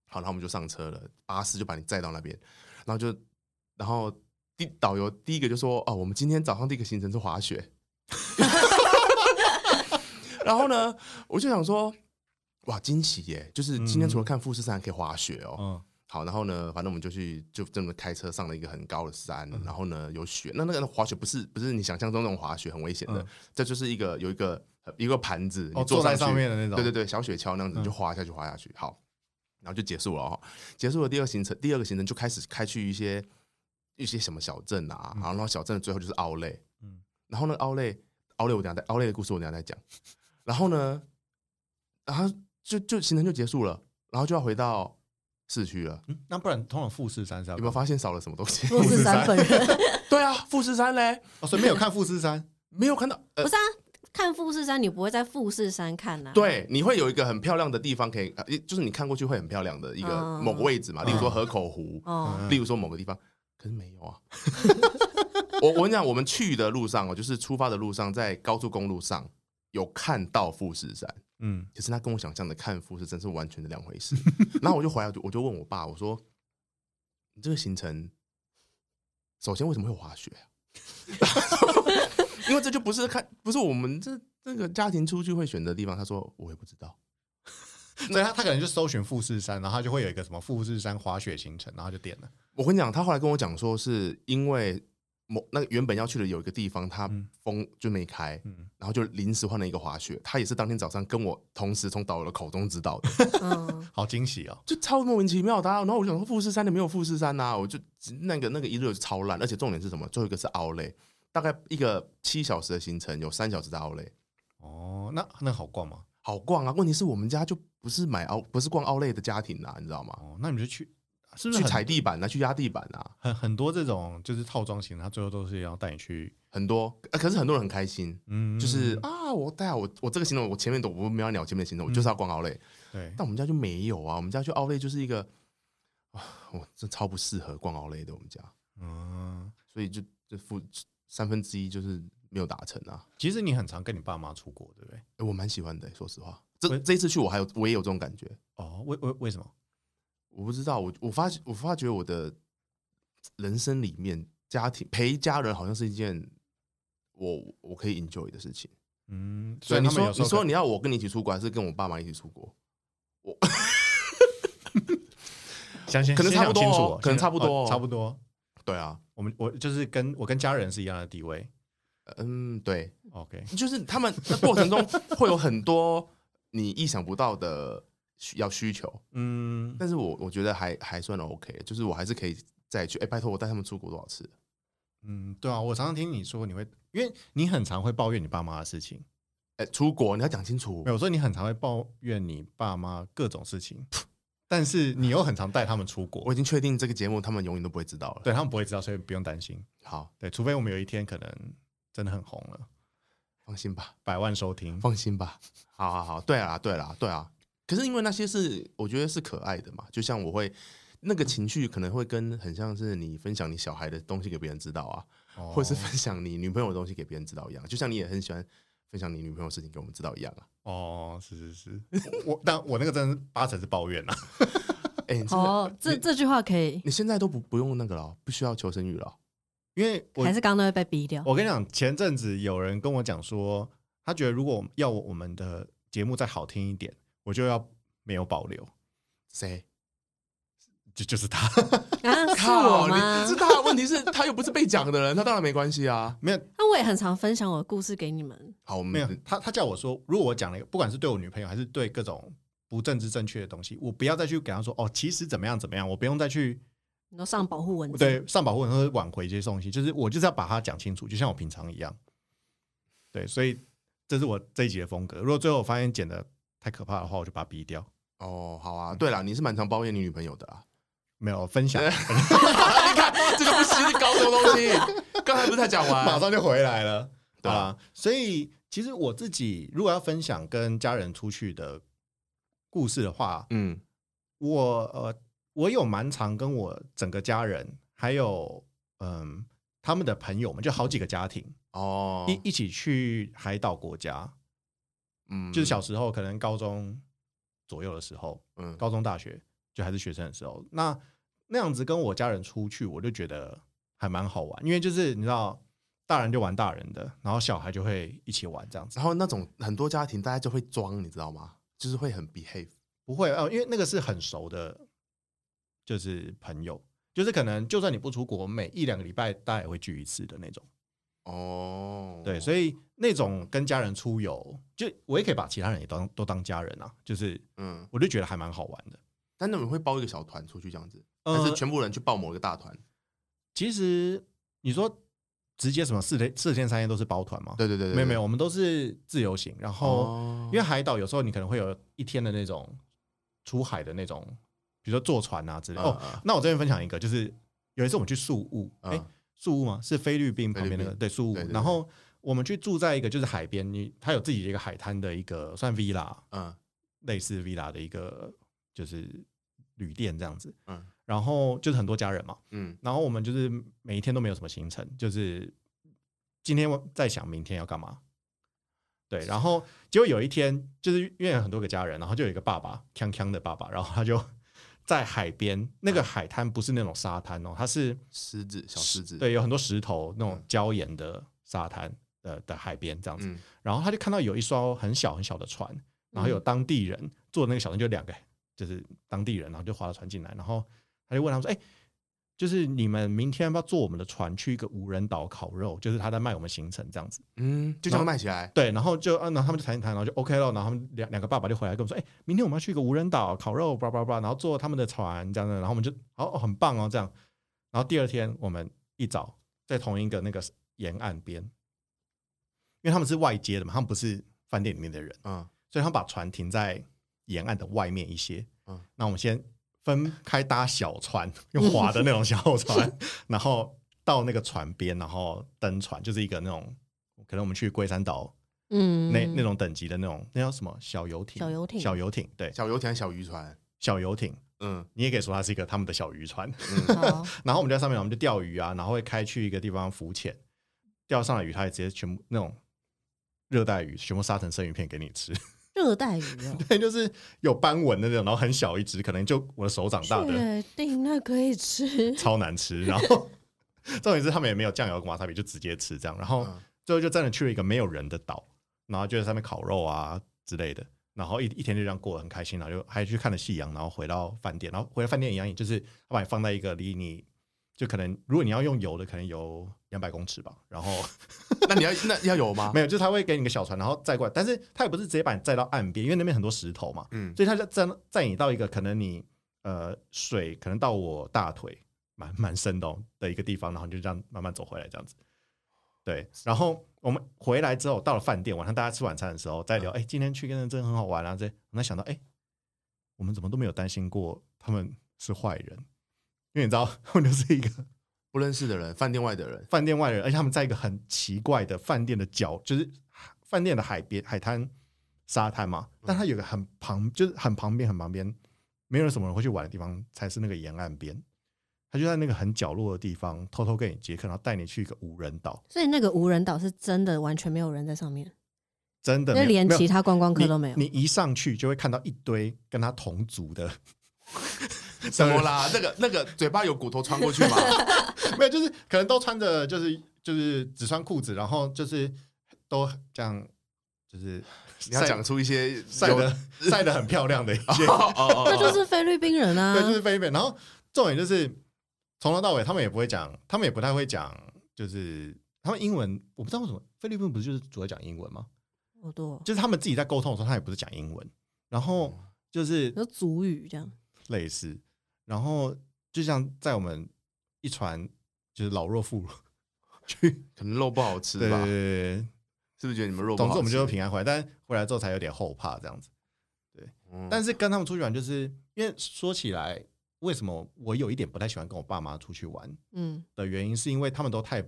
[SPEAKER 2] 好，然后我们就上车了，巴士就把你载到那边，然后就，然后第导游第一个就说：“哦，我们今天早上第一个行程是滑雪。” 然后呢，我就想说，哇，惊喜耶！就是今天除了看富士山，还可以滑雪哦。
[SPEAKER 1] 嗯
[SPEAKER 2] 好，然后呢，反正我们就去，就这么开车上了一个很高的山，
[SPEAKER 1] 嗯
[SPEAKER 2] 然后呢有雪。那那个滑雪不是不是你想象中那种滑雪，很危险的
[SPEAKER 1] 嗯，
[SPEAKER 2] 这就是一个有一个呃一个盘子，你
[SPEAKER 1] 哦，坐在上
[SPEAKER 2] 上去
[SPEAKER 1] 面的那种，
[SPEAKER 2] 对对对，小雪橇那样子
[SPEAKER 1] 嗯
[SPEAKER 2] 你就滑下去，滑下去，好，然后就结束了哦。结束了第二个行程，第二个行程就开始开去一些一些什么小镇啊，
[SPEAKER 1] 嗯
[SPEAKER 2] 然后小镇的最后就是奥莱，
[SPEAKER 1] 嗯
[SPEAKER 2] 嗯，然后呢，奥莱，奥莱我等一下再，奥莱的故事我等一下再讲。然后呢，然后就就行程就结束了，然后就要回到市区了。
[SPEAKER 1] 嗯，那不然通常富士山是要
[SPEAKER 2] 有没有发现少了什么东 西？
[SPEAKER 3] 富士山本人
[SPEAKER 2] 对啊，富士山嘞，
[SPEAKER 1] 哦，所以没有看富士山，
[SPEAKER 2] 没有看到。呃
[SPEAKER 3] 不，是啊，看富士山你不会在富士山看啊呐、，
[SPEAKER 2] 对，你会有一个很漂亮的地方可以，呃就是你看过去会很漂亮的一个
[SPEAKER 3] 嗯
[SPEAKER 2] 某个位置嘛，例如说河口湖，
[SPEAKER 3] 哦，
[SPEAKER 1] 嗯
[SPEAKER 2] 例如说某个地方，可是没有啊。 我我跟你讲，我们去的路上哦，就是出发的路上，在高速公路上有看到富士山，
[SPEAKER 1] 嗯，
[SPEAKER 2] 可是他跟我想象的看富士山是完全的两回事。然后我就回来，我就我就问我爸，我说：“你这个行程，首先为什么会有滑雪、啊？ 因为这就不是看，不是我们这这个家庭出去会选择的地方。”他说：“我也不知道。”
[SPEAKER 1] 所以他他可能就搜寻富士山，然后他就会有一个什么富士山滑雪行程，然后他就点了，
[SPEAKER 2] 我跟你讲，他后来跟我讲说，是因为某那个原本要去的有一个地方，他
[SPEAKER 1] 嗯
[SPEAKER 2] 风就没开，
[SPEAKER 1] 嗯
[SPEAKER 2] 然后就临时换了一个滑雪。他也是当天早上跟我同时从导游的口中知道的，
[SPEAKER 3] 嗯，
[SPEAKER 1] 好惊喜哦，
[SPEAKER 2] 就超莫名其妙的啊、然后我想说，富士山的没有富士山呐、啊我就那个那个一日游就超烂，而且重点是什么？最后一个是奥莱，大概一个七小时的行程，有三小时在奥莱，
[SPEAKER 1] 哦，那那好逛吗？
[SPEAKER 2] 好逛啊。问题是我们家就不是买奥，不是逛奥莱的家庭啊，你知道吗？
[SPEAKER 1] 哦，那你们就去，是不是
[SPEAKER 2] 去踩
[SPEAKER 1] 很
[SPEAKER 2] 地板啊，去压地板啊，
[SPEAKER 1] 很很多这种就是套装型，他最后都是要带你去，
[SPEAKER 2] 很多、呃可是很多人很开心，
[SPEAKER 1] 嗯，嗯
[SPEAKER 2] 就是啊，我带啊我我这个行动，我前面都我没有要鸟前面的行动，我就是要逛奥莱。
[SPEAKER 1] 对，
[SPEAKER 2] 但我们家就没有啊，我们家去奥莱就是一个，啊，我这超不适合逛奥莱的，我们家，
[SPEAKER 1] 嗯，
[SPEAKER 2] 所以就就负三分之一就是没有达成啊。
[SPEAKER 1] 其实你很常跟你爸妈出国，对不对？
[SPEAKER 2] 诶我蛮喜欢的、欸说实话，
[SPEAKER 1] 我
[SPEAKER 2] 这这一次去我还有我也有这种感觉，
[SPEAKER 1] 哦，为为为什么？
[SPEAKER 2] 我不知道，我我发我发觉我的人生里面，家庭陪家人好像是一件我我可以 enjoy 的事情。
[SPEAKER 1] 嗯，
[SPEAKER 2] 所以
[SPEAKER 1] 他
[SPEAKER 2] 你
[SPEAKER 1] 们
[SPEAKER 2] 说
[SPEAKER 1] 有时
[SPEAKER 2] 你
[SPEAKER 1] 候
[SPEAKER 2] 说
[SPEAKER 1] 可
[SPEAKER 2] 你要我跟你一起出国，还是跟我爸妈一起出国？
[SPEAKER 1] 想先
[SPEAKER 2] 可能
[SPEAKER 1] 先
[SPEAKER 2] 差
[SPEAKER 1] 想
[SPEAKER 2] 不
[SPEAKER 1] 清
[SPEAKER 2] 多
[SPEAKER 1] 楚
[SPEAKER 2] 哦
[SPEAKER 1] 哦，
[SPEAKER 2] 可能
[SPEAKER 1] 先
[SPEAKER 2] 差不多
[SPEAKER 1] 哦
[SPEAKER 2] 哦
[SPEAKER 1] 差不多。
[SPEAKER 2] 对啊，
[SPEAKER 1] 我们我就是跟我跟家人是一样的地位。
[SPEAKER 2] 嗯，对，
[SPEAKER 1] OK，
[SPEAKER 2] 就是他们那过程中会有很多你意想不到的需要需求，
[SPEAKER 1] 嗯，
[SPEAKER 2] 但是我我觉得还还算 OK，就是我还是可以再去。哎、拜托我带他们出国多少次？
[SPEAKER 1] 嗯，对啊，我常常听你说你会，因为你很常会抱怨你爸妈的事情，
[SPEAKER 2] 哎、出国你要讲清楚
[SPEAKER 1] 没。有，我说你很常会抱怨你爸妈各种事情，但是你又很常带他们出
[SPEAKER 2] 我
[SPEAKER 1] 国，
[SPEAKER 2] 已经确定这个节目他们永远都不会知道了。
[SPEAKER 1] 对，他们不会知道，所以不用担心。
[SPEAKER 2] 好，
[SPEAKER 1] 对，除非我们有一天可能真的很红了，
[SPEAKER 2] 放心吧，
[SPEAKER 1] 百万收听，
[SPEAKER 2] 放心吧。好好好，对啊，对啦，对啊。可是因为那些是我觉得是可爱的嘛，就像我会那个情绪可能会跟很像是你分享你小孩的东西给别人知道啊，
[SPEAKER 1] 哦
[SPEAKER 2] 或是分享你女朋友的东西给别人知道一样，就像你也很喜欢分享你女朋友的事情给我们知道一样啊。
[SPEAKER 1] 哦，是是是，我我但我那个真的是八成是抱怨啊啦。
[SPEAKER 2] 哎、你真的
[SPEAKER 3] 哦，这
[SPEAKER 2] 你
[SPEAKER 3] 这句话可以，
[SPEAKER 2] 你现在都不不用那个了，哦不需要求生欲了。
[SPEAKER 1] 因为我
[SPEAKER 3] 还是刚刚那会被逼掉。
[SPEAKER 1] 我跟你讲，前阵子有人跟我讲说，他觉得如果要我们的节目再好听一点，我就要没有保留，
[SPEAKER 2] 谁？
[SPEAKER 1] 就就是他
[SPEAKER 3] 啊，是我吗
[SPEAKER 2] 你？是他。问题是，他又不是被讲的人，他当然没关系啊。
[SPEAKER 1] 没有
[SPEAKER 3] 那我也很常分享我的故事给你们。
[SPEAKER 2] 好，我们嗯
[SPEAKER 1] 没有，他他叫我说，如果我讲了一个，不管是对我女朋友还是对各种不政治正确的东西，我不要再去给他说哦，其实怎么样怎么样，我不用再去
[SPEAKER 3] 你都上保护文字，
[SPEAKER 1] 对上保护人和挽回这些东西，就是我就是要把它讲清楚，就像我平常一样。对，所以这是我这一集的风格。如果最后我发现剪的太可怕的话，我就把它逼掉。
[SPEAKER 2] 哦，好啊。对了，你是蛮常抱怨你女朋友的啦。
[SPEAKER 1] 没有分享，
[SPEAKER 2] 啊 你看，这就不是搞什么东西。刚才不是才讲完？
[SPEAKER 1] 马上就回来了。
[SPEAKER 2] 对啊
[SPEAKER 1] 啊，所以其实我自己如果要分享跟家人出去的故事的话，
[SPEAKER 2] 嗯，
[SPEAKER 1] 我呃，我有蛮常跟我整个家人，还有嗯他们的朋友们，就好几个家庭、
[SPEAKER 2] 哦，
[SPEAKER 1] 一一起去海岛国家，
[SPEAKER 2] 嗯
[SPEAKER 1] 就是小时候可能高中左右的时候，
[SPEAKER 2] 嗯
[SPEAKER 1] 高中大学就还是学生的时候，那那样子跟我家人出去，我就觉得还蛮好玩，因为就是你知道，大人就玩大人的，然后小孩就会一起玩这样子。
[SPEAKER 2] 然后那种很多家庭大家就会装，你知道吗？就是会很 behave。
[SPEAKER 1] 不会哦，因为那个是很熟的，就是朋友，就是可能就算你不出国，每一两个礼拜大家也会聚一次的那种。
[SPEAKER 2] 哦，
[SPEAKER 1] 对，所
[SPEAKER 2] 以
[SPEAKER 1] 以那种跟家人出游，就我也可以把其他人也当都当家人啊，就是
[SPEAKER 2] 嗯，
[SPEAKER 1] 我就觉得还蛮好玩的。
[SPEAKER 2] 但你们会包一个小团出去这样子，
[SPEAKER 1] 呃
[SPEAKER 2] 还是全部人去报某一个大团？
[SPEAKER 1] 其实你说直接什么四天四天三夜都是包团吗？
[SPEAKER 2] 对对对对，
[SPEAKER 1] 没有没
[SPEAKER 2] 有，
[SPEAKER 1] 有，我们都是自由行，然后
[SPEAKER 2] 哦，
[SPEAKER 1] 因为海岛有时候你可能会有一天的那种出海的那种，比如说坐船啊之类的。哦，
[SPEAKER 2] 哦，
[SPEAKER 1] 那我这边分享一个，就是有一次我们去宿务，
[SPEAKER 2] 嗯
[SPEAKER 1] 哎、宿务吗？是菲律宾旁边那
[SPEAKER 2] 菲律
[SPEAKER 1] 个
[SPEAKER 2] 宾
[SPEAKER 1] 对宿务
[SPEAKER 2] 对对，对
[SPEAKER 1] 然后我们去住在一个就是海边，你它有自己一个海滩的一个算 villa，
[SPEAKER 2] 嗯
[SPEAKER 1] 类似 villa 的一个就是旅店这样子，
[SPEAKER 2] 嗯
[SPEAKER 1] 然后就是很多家人嘛，
[SPEAKER 2] 嗯
[SPEAKER 1] 然后我们就是每一天都没有什么行程，就是今天在想明天要干嘛。对，然后结果有一天，就是因为有很多个家人，然后就有一个爸爸，锵锵的爸爸，然后他就在海边，那个海滩不是那种沙滩哦，它是
[SPEAKER 2] 狮子嗯小狮子，，
[SPEAKER 1] 对有很多石头那种
[SPEAKER 2] 嗯
[SPEAKER 1] 礁岩的沙滩的的海边这样子，
[SPEAKER 2] 嗯
[SPEAKER 1] 然后他就看到有一艘很小很小的船，然后有当地人坐那个小船，就两个就是当地人，然后就划了船进来，然后他就问他们说：“哎、就是你们明天要不要坐我们的船去一个无人岛烤肉？就是他在卖我们行程这样子。
[SPEAKER 2] 嗯，就这样卖起来”，
[SPEAKER 1] 对，然后就啊，然后他们就谈一谈，然后就 OK 了，然后他们两两个爸爸就回来跟我们说：“哎、明天我们要去一个无人岛烤肉，叭叭叭，然后坐他们的船这样的。”然后我们就哦哦，很棒哦，这样。然后第二天我们一早在同一个那个沿岸边，因为他们是外接的嘛，他们不是饭店里面的人。
[SPEAKER 2] 嗯
[SPEAKER 1] 所以他们把船停在沿岸的外面一些。
[SPEAKER 2] 嗯
[SPEAKER 1] 嗯，那我们先分开搭小船，用划的那种小船，然后到那个船边，然后登船，就是一个那种可能我们去龟山岛
[SPEAKER 3] 嗯，
[SPEAKER 1] 那、那种等级的那种，那叫什么小游艇？
[SPEAKER 3] 小游艇
[SPEAKER 1] 小游艇，对，
[SPEAKER 2] 小游艇还是小渔船，
[SPEAKER 1] 小游艇。
[SPEAKER 2] 嗯
[SPEAKER 1] 你也可以说它是一个他们的小渔船，
[SPEAKER 2] 嗯
[SPEAKER 3] 好
[SPEAKER 1] 然后我们就在上面，我们就钓鱼啊，然后会开去一个地方浮潜，钓上来鱼，它也直接全部那种热带鱼，全部杀成生鱼片给你吃。
[SPEAKER 3] 热带鱼哦，
[SPEAKER 1] 对，就是有斑纹的那种，然后很小一只，可能就我的手掌大的，
[SPEAKER 3] 确定那可以吃？
[SPEAKER 1] 超难吃。然后 重点是他们也没有酱油跟瓦萨比，就直接吃这样。然后
[SPEAKER 2] 嗯
[SPEAKER 1] 最后就真的去了一个没有人的岛，然后就在上面烤肉啊之类的。然后一一天就这样过得很开心，然后就还去看了夕阳，然后回到饭店，然后回到饭店一样，就是他把你放在一个离你就可能如果你要用油的，可能有两百公尺吧，然后。
[SPEAKER 2] 那你要那要有吗？
[SPEAKER 1] 没有，就是他会给你个小船，然后载过来，但是他也不是直接把你载到岸边，因为那边很多石头嘛，
[SPEAKER 2] 嗯
[SPEAKER 1] 所以他就载载你到一个可能你呃水可能到我大腿蛮蛮深的、哦、的一个地方，然后你就这样慢慢走回来这样子。对，然后我们回来之后到了饭店，晚上大家吃晚餐的时候再聊，哎、今天去跟人真的很好玩啊，这我在想到，哎，我们怎么都没有担心过他们是坏人，因为你知道 他们就是一个
[SPEAKER 2] 不认识的人，饭店外 的人，
[SPEAKER 1] 饭店外人，而且他们在一个很奇怪的饭店的角，就是 饭店的海边海滩沙滩嘛，
[SPEAKER 2] 嗯
[SPEAKER 1] 但它有个很旁，就是很旁边很旁边，没有什么人会去玩的地方，才是那个沿岸边。他就在那个很角落的地方偷偷跟你接客，然后带你去一个无人岛，
[SPEAKER 3] 所以那个无人岛是真的完全没有人在上面，
[SPEAKER 1] 真的没
[SPEAKER 3] 那
[SPEAKER 1] 有
[SPEAKER 3] 连
[SPEAKER 1] 没有
[SPEAKER 3] 其他观光客都没有
[SPEAKER 1] 你。。你一上去就会看到一堆跟他同族 的，
[SPEAKER 2] 什么啦？那个那个嘴巴有骨头穿过去 吗？
[SPEAKER 1] 没有，就是可能都穿着就是就是只穿裤子，然后就是都这样，就是
[SPEAKER 2] 你要
[SPEAKER 1] 晒
[SPEAKER 2] 讲出一些
[SPEAKER 1] 晒
[SPEAKER 2] 有
[SPEAKER 1] 的 晒的很漂亮的一些
[SPEAKER 2] 哦哦哦，
[SPEAKER 3] 那就是菲律宾人啊
[SPEAKER 1] 对，，就是菲律宾。然后重点就是从头到尾，他们也不会讲，他们也不太会讲，就是他们英文，我不知道为什么菲律宾不是就是主要讲英文吗？
[SPEAKER 3] 好多，哦
[SPEAKER 1] 就是他们自己在沟通的时候，他也不是讲英文，然后就是
[SPEAKER 3] 有族语这样。
[SPEAKER 1] 类似，然后就像在我们一船就是老弱妇孺去，
[SPEAKER 2] 可能肉不好吃
[SPEAKER 1] 对对
[SPEAKER 2] 吧？
[SPEAKER 1] 对对对，
[SPEAKER 2] 是不是觉得你们肉不
[SPEAKER 1] 总
[SPEAKER 2] 好吃？
[SPEAKER 1] 之我们就平安回来，但回来之后才有点后怕这样子。
[SPEAKER 2] 嗯，
[SPEAKER 1] 但是跟他们出去玩，就是因为说起来，为什么我有一点不太喜欢跟我爸妈出去玩？
[SPEAKER 3] 嗯，
[SPEAKER 1] 的原因，是因为他们都太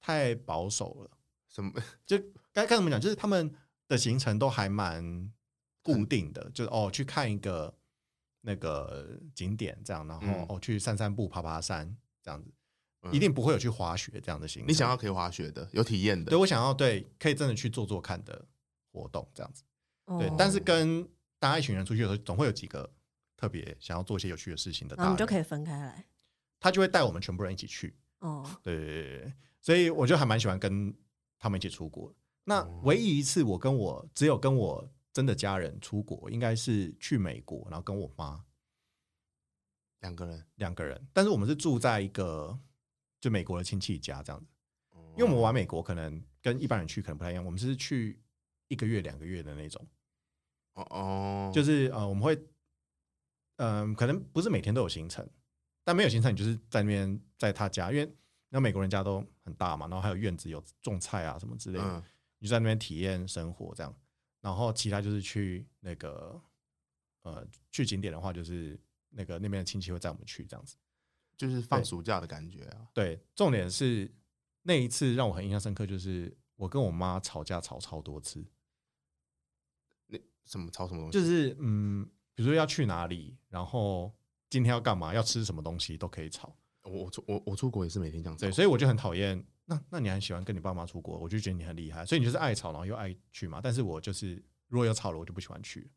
[SPEAKER 1] 太保守了。
[SPEAKER 2] 什么
[SPEAKER 1] 就该该怎么讲，就是他们的行程都还蛮固定的，就是哦去看一个那个景点这样，然后、
[SPEAKER 2] 嗯
[SPEAKER 1] 哦去散散步、爬爬山这样子，
[SPEAKER 2] 嗯
[SPEAKER 1] 一定不会有去滑雪这样的行程。
[SPEAKER 2] 你想要可以滑雪的，有体验的
[SPEAKER 1] 对，我想要对可以真的去做做看的活动这样子，对，
[SPEAKER 3] 哦
[SPEAKER 1] 但是跟大家一群人出去的时候，总会有几个特别想要做一些有趣的事情的
[SPEAKER 3] 然后
[SPEAKER 1] 大
[SPEAKER 3] 我们就
[SPEAKER 1] 人，
[SPEAKER 3] 可以分开来。
[SPEAKER 1] 他就会带我们全部人一起去，
[SPEAKER 3] 哦，
[SPEAKER 1] 对对对对，所以我就还蛮喜欢跟他们一起出国。那唯一一次我跟我只有跟我真的家人出国，应该是去美国，然后跟我妈
[SPEAKER 2] 两个人，
[SPEAKER 1] 两个人，但是我们是住在一个就美国的亲戚家这样子，因为我们
[SPEAKER 2] 玩
[SPEAKER 1] 玩美国可能跟一般人去可能不太一样，我们是去一个月两个月的那种，
[SPEAKER 2] 哦哦，
[SPEAKER 1] 就是是呃我们会嗯、可能不是每天都有行程，但没有行程，你就是在那边在他家，因为那美国人家都很大嘛，然后还有院子，有种菜啊什么之类的，
[SPEAKER 2] 嗯，
[SPEAKER 1] 你就在那边体验生活这样。然后其他就是去那个呃去景点的话，就是那个那边的亲戚会带我们去这样子。
[SPEAKER 2] 就是放
[SPEAKER 1] 对
[SPEAKER 2] 暑假的感觉啊。
[SPEAKER 1] 对，重点是那一次让我很印象深刻，就是我跟我妈吵架吵超多次，
[SPEAKER 2] 什么炒什么东西？
[SPEAKER 1] 就是嗯，比如说要去哪里，然后今天要干嘛，要吃什么东西都可以吵。
[SPEAKER 2] 我我出我我出国也是每天这样炒
[SPEAKER 1] 对，，所以我就很讨厌。那那你很喜欢跟你爸妈出国，我就觉得你很厉害，所以你就是爱吵，然后又爱去嘛。但是我就是如果有吵了，我就不喜欢去。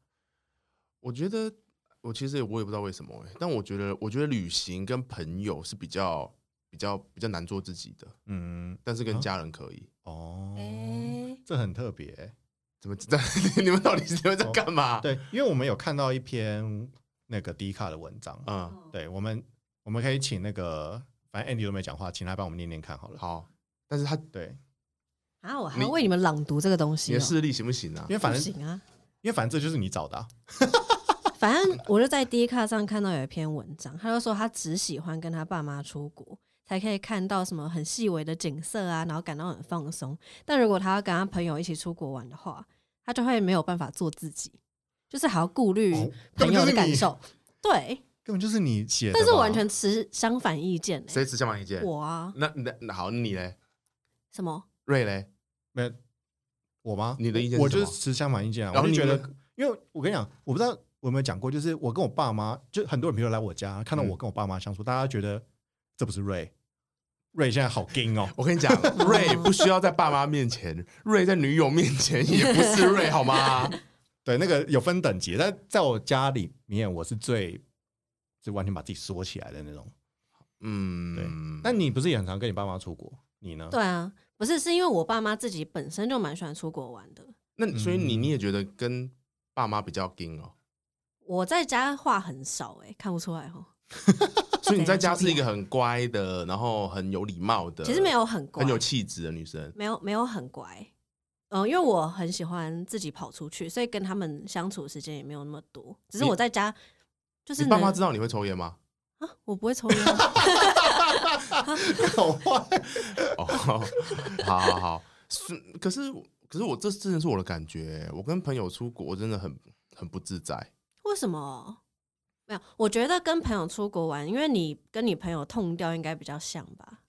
[SPEAKER 2] 我觉得我其实我也不知道为什么、欸，但我觉得我觉得旅行跟朋友是比较比较比较难做自己的，
[SPEAKER 1] 嗯，
[SPEAKER 2] 但是跟
[SPEAKER 1] 啊
[SPEAKER 2] 家人可以。
[SPEAKER 1] 哦，
[SPEAKER 3] 哎，
[SPEAKER 1] 这很特别欸、
[SPEAKER 2] 怎么 在你们到底是你们在干
[SPEAKER 3] 啊
[SPEAKER 2] 嘛？，
[SPEAKER 1] 哦对，因为我们有看到一篇那个迪卡的文章，
[SPEAKER 2] 嗯，
[SPEAKER 3] 哦
[SPEAKER 1] 对我们我们可以请那个，反正 Andy 都没讲话，请他帮我们念念看好了。
[SPEAKER 2] 好，但是他
[SPEAKER 1] 对，
[SPEAKER 3] 啊，我还
[SPEAKER 2] 你
[SPEAKER 3] 为你们朗读这个东西
[SPEAKER 2] 你
[SPEAKER 3] 哦，
[SPEAKER 2] 的视力行不行啊
[SPEAKER 1] 因？为
[SPEAKER 3] 不
[SPEAKER 1] 反正
[SPEAKER 3] 行啊。
[SPEAKER 1] 因为反正这就是你找的啊、
[SPEAKER 3] 反正我就在 D 卡上看到有一篇文章，他就说他只喜欢跟他爸妈出国，才可以看到什么很细微的景色啊，然后感到很放松。但如果他要跟他朋友一起出国玩的话，他就会没有办法做自己，就是还要顾虑
[SPEAKER 1] 哦
[SPEAKER 3] 朋友的感受。对，
[SPEAKER 1] 根本就是你写的嘛。
[SPEAKER 3] 但是我完全持相反意见、欸。
[SPEAKER 2] 谁只想买一件？
[SPEAKER 3] 我啊，
[SPEAKER 2] 那那那好，你嘞，
[SPEAKER 3] 什么？
[SPEAKER 2] 瑞嘞，
[SPEAKER 1] 没有我吗？
[SPEAKER 2] 你的意见是
[SPEAKER 1] 我我
[SPEAKER 2] 什
[SPEAKER 1] 就是
[SPEAKER 2] 么
[SPEAKER 1] 持相反意见啊。
[SPEAKER 2] 然
[SPEAKER 1] 我
[SPEAKER 2] 后
[SPEAKER 1] 就觉
[SPEAKER 2] 你
[SPEAKER 1] 得
[SPEAKER 2] 们，
[SPEAKER 1] 因为我跟你讲，我不知道我有没有讲过，就是我跟我爸妈，就很多人比如来我家，看到
[SPEAKER 2] 嗯
[SPEAKER 1] 我跟我爸妈相处，大家觉得这不是瑞，瑞现在好 gay 哦。
[SPEAKER 2] 我跟你讲，瑞不需要在爸妈面前，瑞在女友面前也不是瑞，好吗？
[SPEAKER 1] 对，那个有分等级，但在我家里面，我是最就完全把自己缩起来的那种。
[SPEAKER 2] 嗯，
[SPEAKER 1] 那你不是也很常跟你爸妈出国？你呢？
[SPEAKER 3] 对啊，不是，是因为我爸妈自己本身就蛮喜欢出国玩的。
[SPEAKER 2] 那所以你
[SPEAKER 1] 嗯
[SPEAKER 2] 你也觉得跟爸妈比较硬哦，
[SPEAKER 3] 我在家话很少、欸，看不出来哦。 啊
[SPEAKER 2] 所以你在家是一个很乖的，然后很有礼貌的，
[SPEAKER 3] 其实没有很乖，
[SPEAKER 2] 很有气质的女生。
[SPEAKER 3] 没有没有很乖，嗯、因为我很喜欢自己跑出去，所以跟他们相处时间也没有那么多。只是
[SPEAKER 2] 你
[SPEAKER 3] 我在家就是
[SPEAKER 2] 你爸
[SPEAKER 3] 能
[SPEAKER 2] 妈知道你会抽烟吗？
[SPEAKER 3] 啊，我不会抽烟啊，
[SPEAKER 1] 好坏，
[SPEAKER 2] 哦， 好好好，是，可是可是我这真的是我的感觉，欸我跟朋友出国真的很很不自在。
[SPEAKER 3] 为什么？没有，我觉得跟朋友出国玩，因为你跟你朋友痛掉应该比较像吧，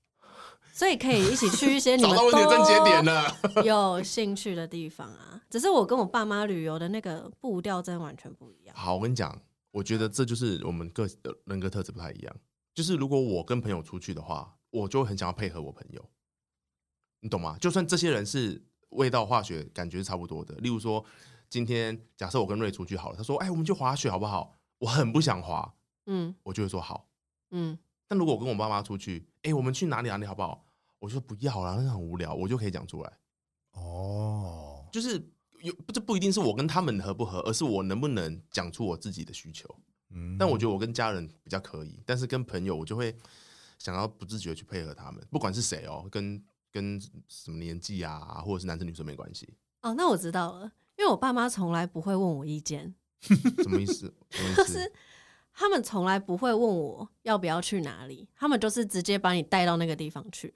[SPEAKER 3] 所以可以一起去一些 你
[SPEAKER 2] 找
[SPEAKER 3] 们
[SPEAKER 2] 到问题的症结点
[SPEAKER 3] 都
[SPEAKER 2] 了，
[SPEAKER 3] 有兴趣的地方啊。只是我跟我爸妈旅游的那个步调真的完全不一样。
[SPEAKER 2] 好，我跟你讲，我觉得这就是我们各的人格特质不太一样。就是如果我跟朋友出去的话，我就会很想要配合我朋友，你懂吗？就算这些人是味道化学感觉是差不多的，例如说，今天假设我跟瑞出去好了，他说：“哎，我们去滑雪好不好？”我很不想滑，
[SPEAKER 3] 嗯
[SPEAKER 2] 我就会说好。
[SPEAKER 3] 嗯，
[SPEAKER 2] 但如果我跟我爸妈出去，哎，我们去哪里哪里好不好？我就说不要啦，那很无聊，我就可以讲出来。
[SPEAKER 1] 哦，
[SPEAKER 2] 就是有不这不一定是我跟他们合不合，而是我能不能讲出我自己的需求。
[SPEAKER 1] 嗯
[SPEAKER 2] 但我觉得我跟家人比较可以，但是跟朋友我就会想要不自觉地去配合他们，不管是谁哦，跟跟什么年纪啊，或者是男生女生没关系，
[SPEAKER 3] 哦，那我知道了，因为我爸妈从来不会问我意见。
[SPEAKER 2] 什么意思？什么意思？
[SPEAKER 3] 他们从来不会问我要不要去哪里，他们就是直接把你带到那个地方去。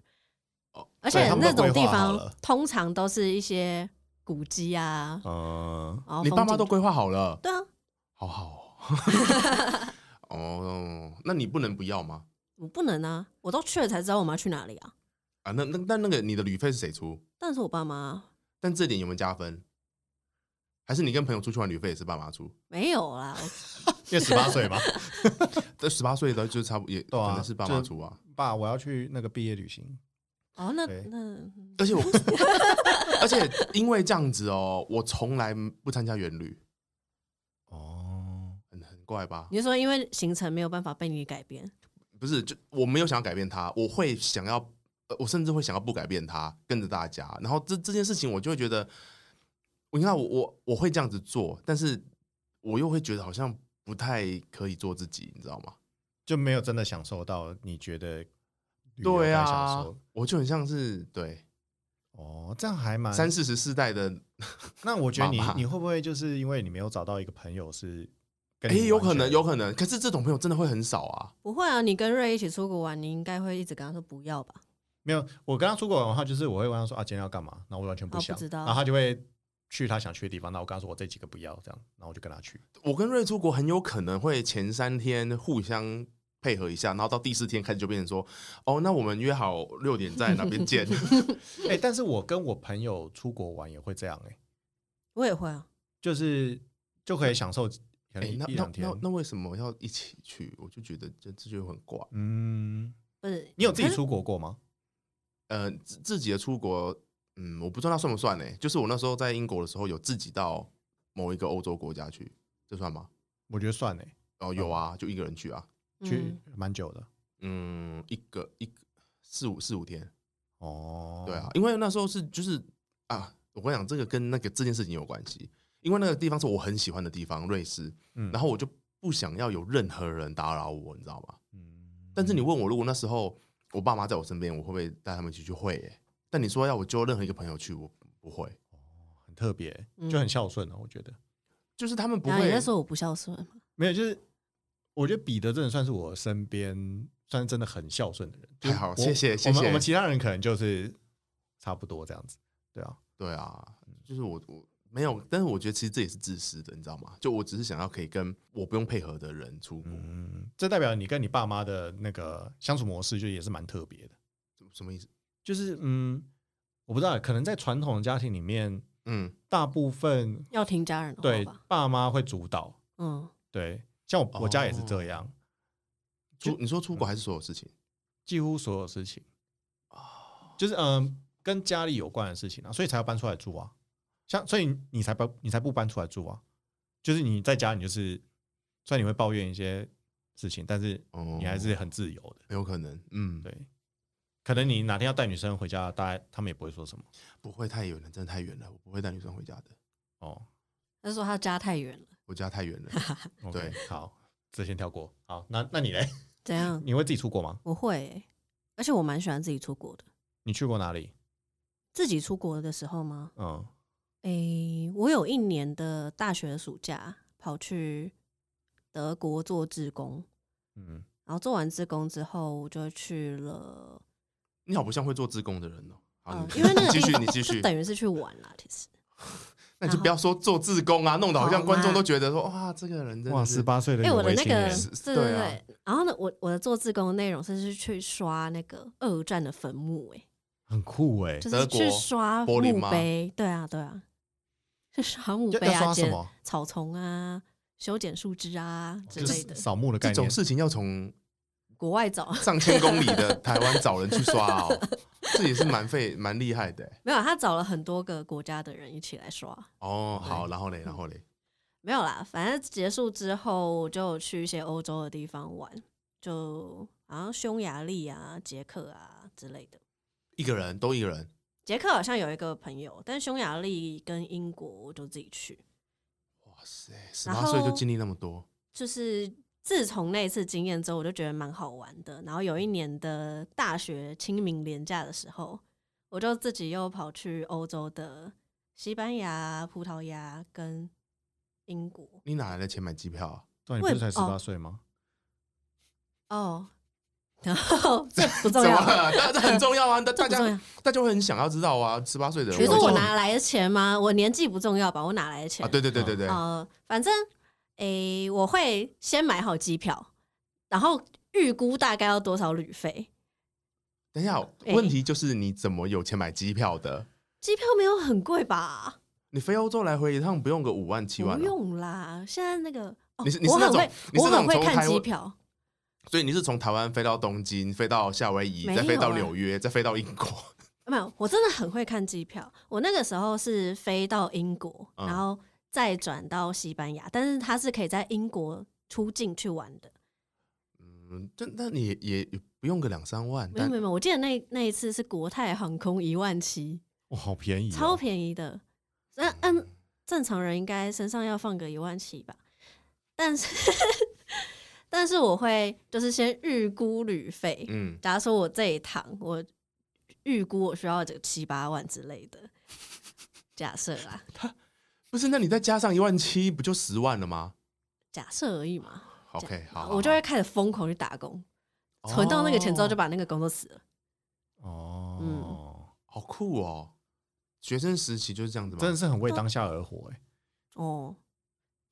[SPEAKER 2] 哦
[SPEAKER 3] 而
[SPEAKER 1] 对
[SPEAKER 3] 且
[SPEAKER 1] 他们
[SPEAKER 3] 那
[SPEAKER 1] 都
[SPEAKER 3] 种
[SPEAKER 1] 规
[SPEAKER 3] 地
[SPEAKER 1] 划好
[SPEAKER 3] 方
[SPEAKER 1] 了
[SPEAKER 3] 通常都是一些古迹啊，
[SPEAKER 1] 嗯，
[SPEAKER 3] 然后
[SPEAKER 2] 你爸妈
[SPEAKER 3] 风景
[SPEAKER 2] 都规划好了，
[SPEAKER 3] 对啊，
[SPEAKER 2] 好好哦。 哦，那你不能不要吗？
[SPEAKER 3] 我不能啊，我都去了才知道我们要去哪里啊。
[SPEAKER 2] 啊，那那那那个你的旅费是谁出？
[SPEAKER 3] 但是我爸妈
[SPEAKER 2] 但这点有没有加分？还是你跟朋友出去玩旅费也是爸妈出？
[SPEAKER 3] 没有啦，我
[SPEAKER 1] 因为十八岁嘛，
[SPEAKER 2] 但十八岁的就差不多也
[SPEAKER 1] 对啊
[SPEAKER 2] 可能是爸妈
[SPEAKER 1] 就
[SPEAKER 2] 出啊。
[SPEAKER 1] 爸，我要去那个毕业旅行，
[SPEAKER 3] 哦，那
[SPEAKER 1] 对
[SPEAKER 3] 那
[SPEAKER 2] 而且我， 而且因为这样子哦，我从来不参加元旅，
[SPEAKER 1] 哦，
[SPEAKER 2] 很很怪吧？
[SPEAKER 3] 你是说因为行程没有办法被你改变，
[SPEAKER 2] 不是，就我没有想要改变他，我会想要，呃我甚至会想要不改变他，跟着大家。然后这这件事情，我就会觉得，我你看我我我会这样子做，但是我又会觉得好像不太可以做自己，你知道吗？
[SPEAKER 1] 就没有真的享受到你觉得旅游
[SPEAKER 2] 对
[SPEAKER 1] 该
[SPEAKER 2] 啊
[SPEAKER 1] 享受，
[SPEAKER 2] 我就很像是对
[SPEAKER 1] 哦，这样还蛮。
[SPEAKER 2] 三四十世代的
[SPEAKER 1] 那我觉得你
[SPEAKER 2] 妈妈
[SPEAKER 1] 你会不会就是因为你没有找到一个朋友是跟
[SPEAKER 2] 哎、
[SPEAKER 1] 你
[SPEAKER 2] 有
[SPEAKER 1] 完
[SPEAKER 2] 可能，
[SPEAKER 1] 全
[SPEAKER 2] 有可能。可是这种朋友真的会很少啊。
[SPEAKER 3] 不会啊，你跟瑞一起出国玩，你应该会一直跟他说不要吧？
[SPEAKER 1] 没有。我跟他出国玩的话，就是我会问他说啊，今天要干嘛？那我完全不
[SPEAKER 3] 哦
[SPEAKER 1] 想，
[SPEAKER 3] 不知道
[SPEAKER 1] 然后他就会去他想去的地方。那我跟他说我这几个不要这样，然后我就跟他去。
[SPEAKER 2] 我跟瑞出国很有可能会前三天互相配合一下，然后到第四天开始就变成说，哦，那我们约好六点在哪 边见。
[SPEAKER 1] 哎、但是我跟我朋友出国玩也会这样哎、
[SPEAKER 3] 我也会啊，
[SPEAKER 1] 就是就可以享受可能
[SPEAKER 2] 哎、
[SPEAKER 1] 一,、
[SPEAKER 2] 那那
[SPEAKER 1] 两天
[SPEAKER 2] 那。那为什么要一起去？我就觉得这这就很怪。
[SPEAKER 1] 嗯，
[SPEAKER 3] 不是
[SPEAKER 1] 你有自己
[SPEAKER 3] 可是
[SPEAKER 1] 出国过吗？
[SPEAKER 2] 呃，自自己的出国，嗯，我不知道那算不算呢、就是我那时候在英国的时候，有自己到某一个欧洲国家去，这算吗？
[SPEAKER 1] 我觉得算哎、
[SPEAKER 2] 哦，有啊，就一个人去啊，
[SPEAKER 1] 去
[SPEAKER 3] 嗯
[SPEAKER 1] 蛮久的。
[SPEAKER 2] 嗯，一个一个四五四五天，
[SPEAKER 1] 哦，
[SPEAKER 2] 对啊，，因为那时候是就是啊，我跟你讲，这个跟那个这件事情有关系，因为那个地方是我很喜欢的地方，瑞士，
[SPEAKER 1] 嗯
[SPEAKER 2] 然后我就不想要有任何人打扰我，你知道吗？
[SPEAKER 1] 嗯
[SPEAKER 2] 但是你问我，如果那时候我爸妈在我身边，我会不会带他们一起去会、欸？但你说要我揪任何一个朋友去，我不会，
[SPEAKER 1] 很特别，
[SPEAKER 3] 嗯
[SPEAKER 1] 就很孝顺哦。我觉得
[SPEAKER 2] 就是他们不
[SPEAKER 3] 然后
[SPEAKER 2] 会
[SPEAKER 3] 啊你在说我不孝顺吗？
[SPEAKER 1] 没有，就是我觉得彼得真的算是我身边算是真的很孝顺的人。就是
[SPEAKER 2] 太好
[SPEAKER 1] 我
[SPEAKER 2] 谢谢谢
[SPEAKER 1] 我们
[SPEAKER 2] 谢
[SPEAKER 1] 我们其他人可能就是差不多这样子，对啊，
[SPEAKER 2] 对啊，就是我我没有，但是我觉得其实这也是自私的，你知道吗？就我只是想要可以跟我不用配合的人出国，
[SPEAKER 1] 嗯，这代表你跟你爸妈的那个相处模式就也是蛮特别的，
[SPEAKER 2] 什什么意思？
[SPEAKER 1] 就是嗯，我不知道，可能在传统的家庭里面，
[SPEAKER 2] 嗯，
[SPEAKER 1] 大部分
[SPEAKER 3] 要听家人的
[SPEAKER 1] 对
[SPEAKER 3] 话吧？
[SPEAKER 1] 爸妈会主导，
[SPEAKER 3] 嗯，
[SPEAKER 1] 对，像我我家也是
[SPEAKER 2] 哦
[SPEAKER 1] 这样，
[SPEAKER 2] 出你说出
[SPEAKER 1] 嗯
[SPEAKER 2] 国还是所有事情？
[SPEAKER 1] 几乎所有事情
[SPEAKER 2] 哦
[SPEAKER 1] 就是嗯，跟家里有关的事情啊，所以才要搬出来住啊。像所以你才不你才不搬出来住啊，就是你在家你就是虽然你会抱怨一些事情，但是
[SPEAKER 2] 哦
[SPEAKER 1] 你还是很自由的。
[SPEAKER 2] 很有可能，嗯，
[SPEAKER 1] 对，可能你哪天要带女生回家，大家他们也不会说什么
[SPEAKER 2] 不会太远了，真的太远了，我不会带女生回家的，
[SPEAKER 1] 哦。
[SPEAKER 3] 他说他家太远了，
[SPEAKER 2] 我家太远了。
[SPEAKER 1] OK，
[SPEAKER 2] 对
[SPEAKER 1] 好，这先跳过。好，那那你嘞？
[SPEAKER 3] 怎样？
[SPEAKER 1] 你会自己出国吗？
[SPEAKER 3] 我会欸、而且我蛮喜欢自己出国的。
[SPEAKER 1] 你去过哪里？
[SPEAKER 3] 自己出国的时候吗？
[SPEAKER 1] 嗯，
[SPEAKER 3] 诶、我有一年的大学暑假跑去德国做志工，
[SPEAKER 1] 嗯，
[SPEAKER 3] 然后做完志工之后，我就去了，
[SPEAKER 2] 你好，不像会做自贡的人哦。好，
[SPEAKER 3] 嗯
[SPEAKER 2] 你，
[SPEAKER 3] 因为那个
[SPEAKER 2] 继
[SPEAKER 3] 地
[SPEAKER 2] 续，
[SPEAKER 3] 方
[SPEAKER 2] 你继
[SPEAKER 3] 就
[SPEAKER 2] 续，
[SPEAKER 3] 等于是去玩啦，其实。
[SPEAKER 2] 那你就不要说做自贡啊，弄得好像
[SPEAKER 3] 好
[SPEAKER 2] 观众
[SPEAKER 3] 嘛
[SPEAKER 2] 都觉得说哇，这个人真
[SPEAKER 1] 哇，
[SPEAKER 2] 的是
[SPEAKER 1] 十八岁的
[SPEAKER 3] 哎、我的
[SPEAKER 1] 微
[SPEAKER 3] 那
[SPEAKER 1] 青
[SPEAKER 3] 个
[SPEAKER 1] 年，
[SPEAKER 3] 对对
[SPEAKER 2] 对
[SPEAKER 3] 对，
[SPEAKER 2] 啊
[SPEAKER 3] 然后呢，我我的做志工的内容甚至是去刷那个二战的坟墓、欸，
[SPEAKER 1] 很酷哎、
[SPEAKER 3] 就
[SPEAKER 2] 德
[SPEAKER 3] 是
[SPEAKER 2] 国
[SPEAKER 3] 去刷
[SPEAKER 2] 柏林
[SPEAKER 3] 墓
[SPEAKER 2] 吗
[SPEAKER 3] 碑，对啊对啊，去刷墓
[SPEAKER 1] 要
[SPEAKER 3] 碑
[SPEAKER 1] 要
[SPEAKER 3] 啊，
[SPEAKER 1] 刷什
[SPEAKER 3] 捡
[SPEAKER 1] 么？哦
[SPEAKER 3] 草丛啊，修剪树枝啊之
[SPEAKER 1] 就
[SPEAKER 3] 类
[SPEAKER 1] 是
[SPEAKER 3] 的，
[SPEAKER 1] 扫墓的概
[SPEAKER 2] 这
[SPEAKER 1] 念。
[SPEAKER 2] 种事情要从
[SPEAKER 3] 国外找。
[SPEAKER 2] 上千公里的台湾找人去刷哦， 这也是蛮费蛮厉害的欸、
[SPEAKER 3] 没有，他找了很多个国家的人一起来刷。
[SPEAKER 2] 哦。好，然后嘞，然后嘞，
[SPEAKER 3] 没有啦，反正结束之后我就去一些欧洲的地方玩，就好像匈牙利啊、捷克啊之类的。
[SPEAKER 2] 一个人都一个人，
[SPEAKER 3] 捷克好像有一个朋友，但匈牙利跟英国我就自己去。
[SPEAKER 2] 哇塞，哎十
[SPEAKER 3] 然
[SPEAKER 2] 八
[SPEAKER 3] 后
[SPEAKER 2] 岁就经历那么多，
[SPEAKER 3] 就是自从那一次经验之后，我就觉得蛮好玩的。然后有一年的大学清明连假的时候，我就自己又跑去欧洲的西班牙、葡萄牙跟英国。
[SPEAKER 2] 你哪来的钱买机票啊？
[SPEAKER 1] 对，你不是
[SPEAKER 3] 我
[SPEAKER 1] 才
[SPEAKER 3] 也
[SPEAKER 1] 十八岁吗？
[SPEAKER 3] 哦， 然后这不
[SPEAKER 2] 怎
[SPEAKER 3] 重
[SPEAKER 2] 么
[SPEAKER 3] 要，
[SPEAKER 2] 了？那这很重要啊！大
[SPEAKER 3] 这
[SPEAKER 2] 大
[SPEAKER 3] 不重
[SPEAKER 2] 家
[SPEAKER 3] 要。
[SPEAKER 2] 大家会很想要知道啊，十八岁的人，
[SPEAKER 3] 你说
[SPEAKER 2] 就
[SPEAKER 3] 我哪来的钱吗？我年纪不重要吧？我哪来的钱？
[SPEAKER 2] 啊？对对对对对，
[SPEAKER 3] 呃，反正诶、我会先买好机票，然后预估大概要多少旅费。
[SPEAKER 2] 等
[SPEAKER 1] 嗯
[SPEAKER 2] 一下，
[SPEAKER 3] 哎
[SPEAKER 2] 问题就是你怎么有钱买机票的？
[SPEAKER 3] 机票没有很贵吧？
[SPEAKER 2] 你飞欧洲来回一趟不用个五万七万啊？
[SPEAKER 3] 不用啦，现在那个。哦
[SPEAKER 2] 你是你是
[SPEAKER 3] 我
[SPEAKER 2] 那
[SPEAKER 3] 很
[SPEAKER 2] 种
[SPEAKER 3] 会，
[SPEAKER 2] 你是
[SPEAKER 3] 我
[SPEAKER 2] 那
[SPEAKER 3] 很
[SPEAKER 2] 种
[SPEAKER 3] 会
[SPEAKER 2] 从
[SPEAKER 3] 看
[SPEAKER 2] 台
[SPEAKER 3] 机
[SPEAKER 2] 湾，
[SPEAKER 3] 票，
[SPEAKER 2] 所以你是从台湾飞到东京，飞到夏威夷，
[SPEAKER 3] 没
[SPEAKER 2] 再飞到
[SPEAKER 3] 有啊
[SPEAKER 2] 纽约，再飞到英国。
[SPEAKER 3] 没有，我真的很会看机票。我那个时候是飞到英国，
[SPEAKER 2] 嗯
[SPEAKER 3] 然后再转到西班牙，但是它是可以在英国出境去玩的。
[SPEAKER 2] 嗯，这那你也也也不用个两三万，
[SPEAKER 3] 没有
[SPEAKER 2] 但
[SPEAKER 3] 没有，没有，我记得那那一次是国泰航空一万七，
[SPEAKER 1] 哇，好便宜、哦，
[SPEAKER 3] 超便宜的。那按正常人应该身上要放个一万七吧，但是 但是我会就是先预估旅费，
[SPEAKER 2] 嗯，
[SPEAKER 3] 假如说我这一趟我预估我需要这个七八万之类的，假设啦，
[SPEAKER 2] 不是，那你再加上一万七，不就十万了吗？
[SPEAKER 3] 假设而已嘛。
[SPEAKER 2] OK，好，
[SPEAKER 3] 我就会开始疯狂去打工，存到那个钱之后
[SPEAKER 2] 哦
[SPEAKER 3] 就把那个工作辞了。
[SPEAKER 1] 哦，
[SPEAKER 3] 嗯
[SPEAKER 2] 好酷哦！学生时期就是这样子吗？
[SPEAKER 1] 真的是很为当下而活哎、
[SPEAKER 3] 哦，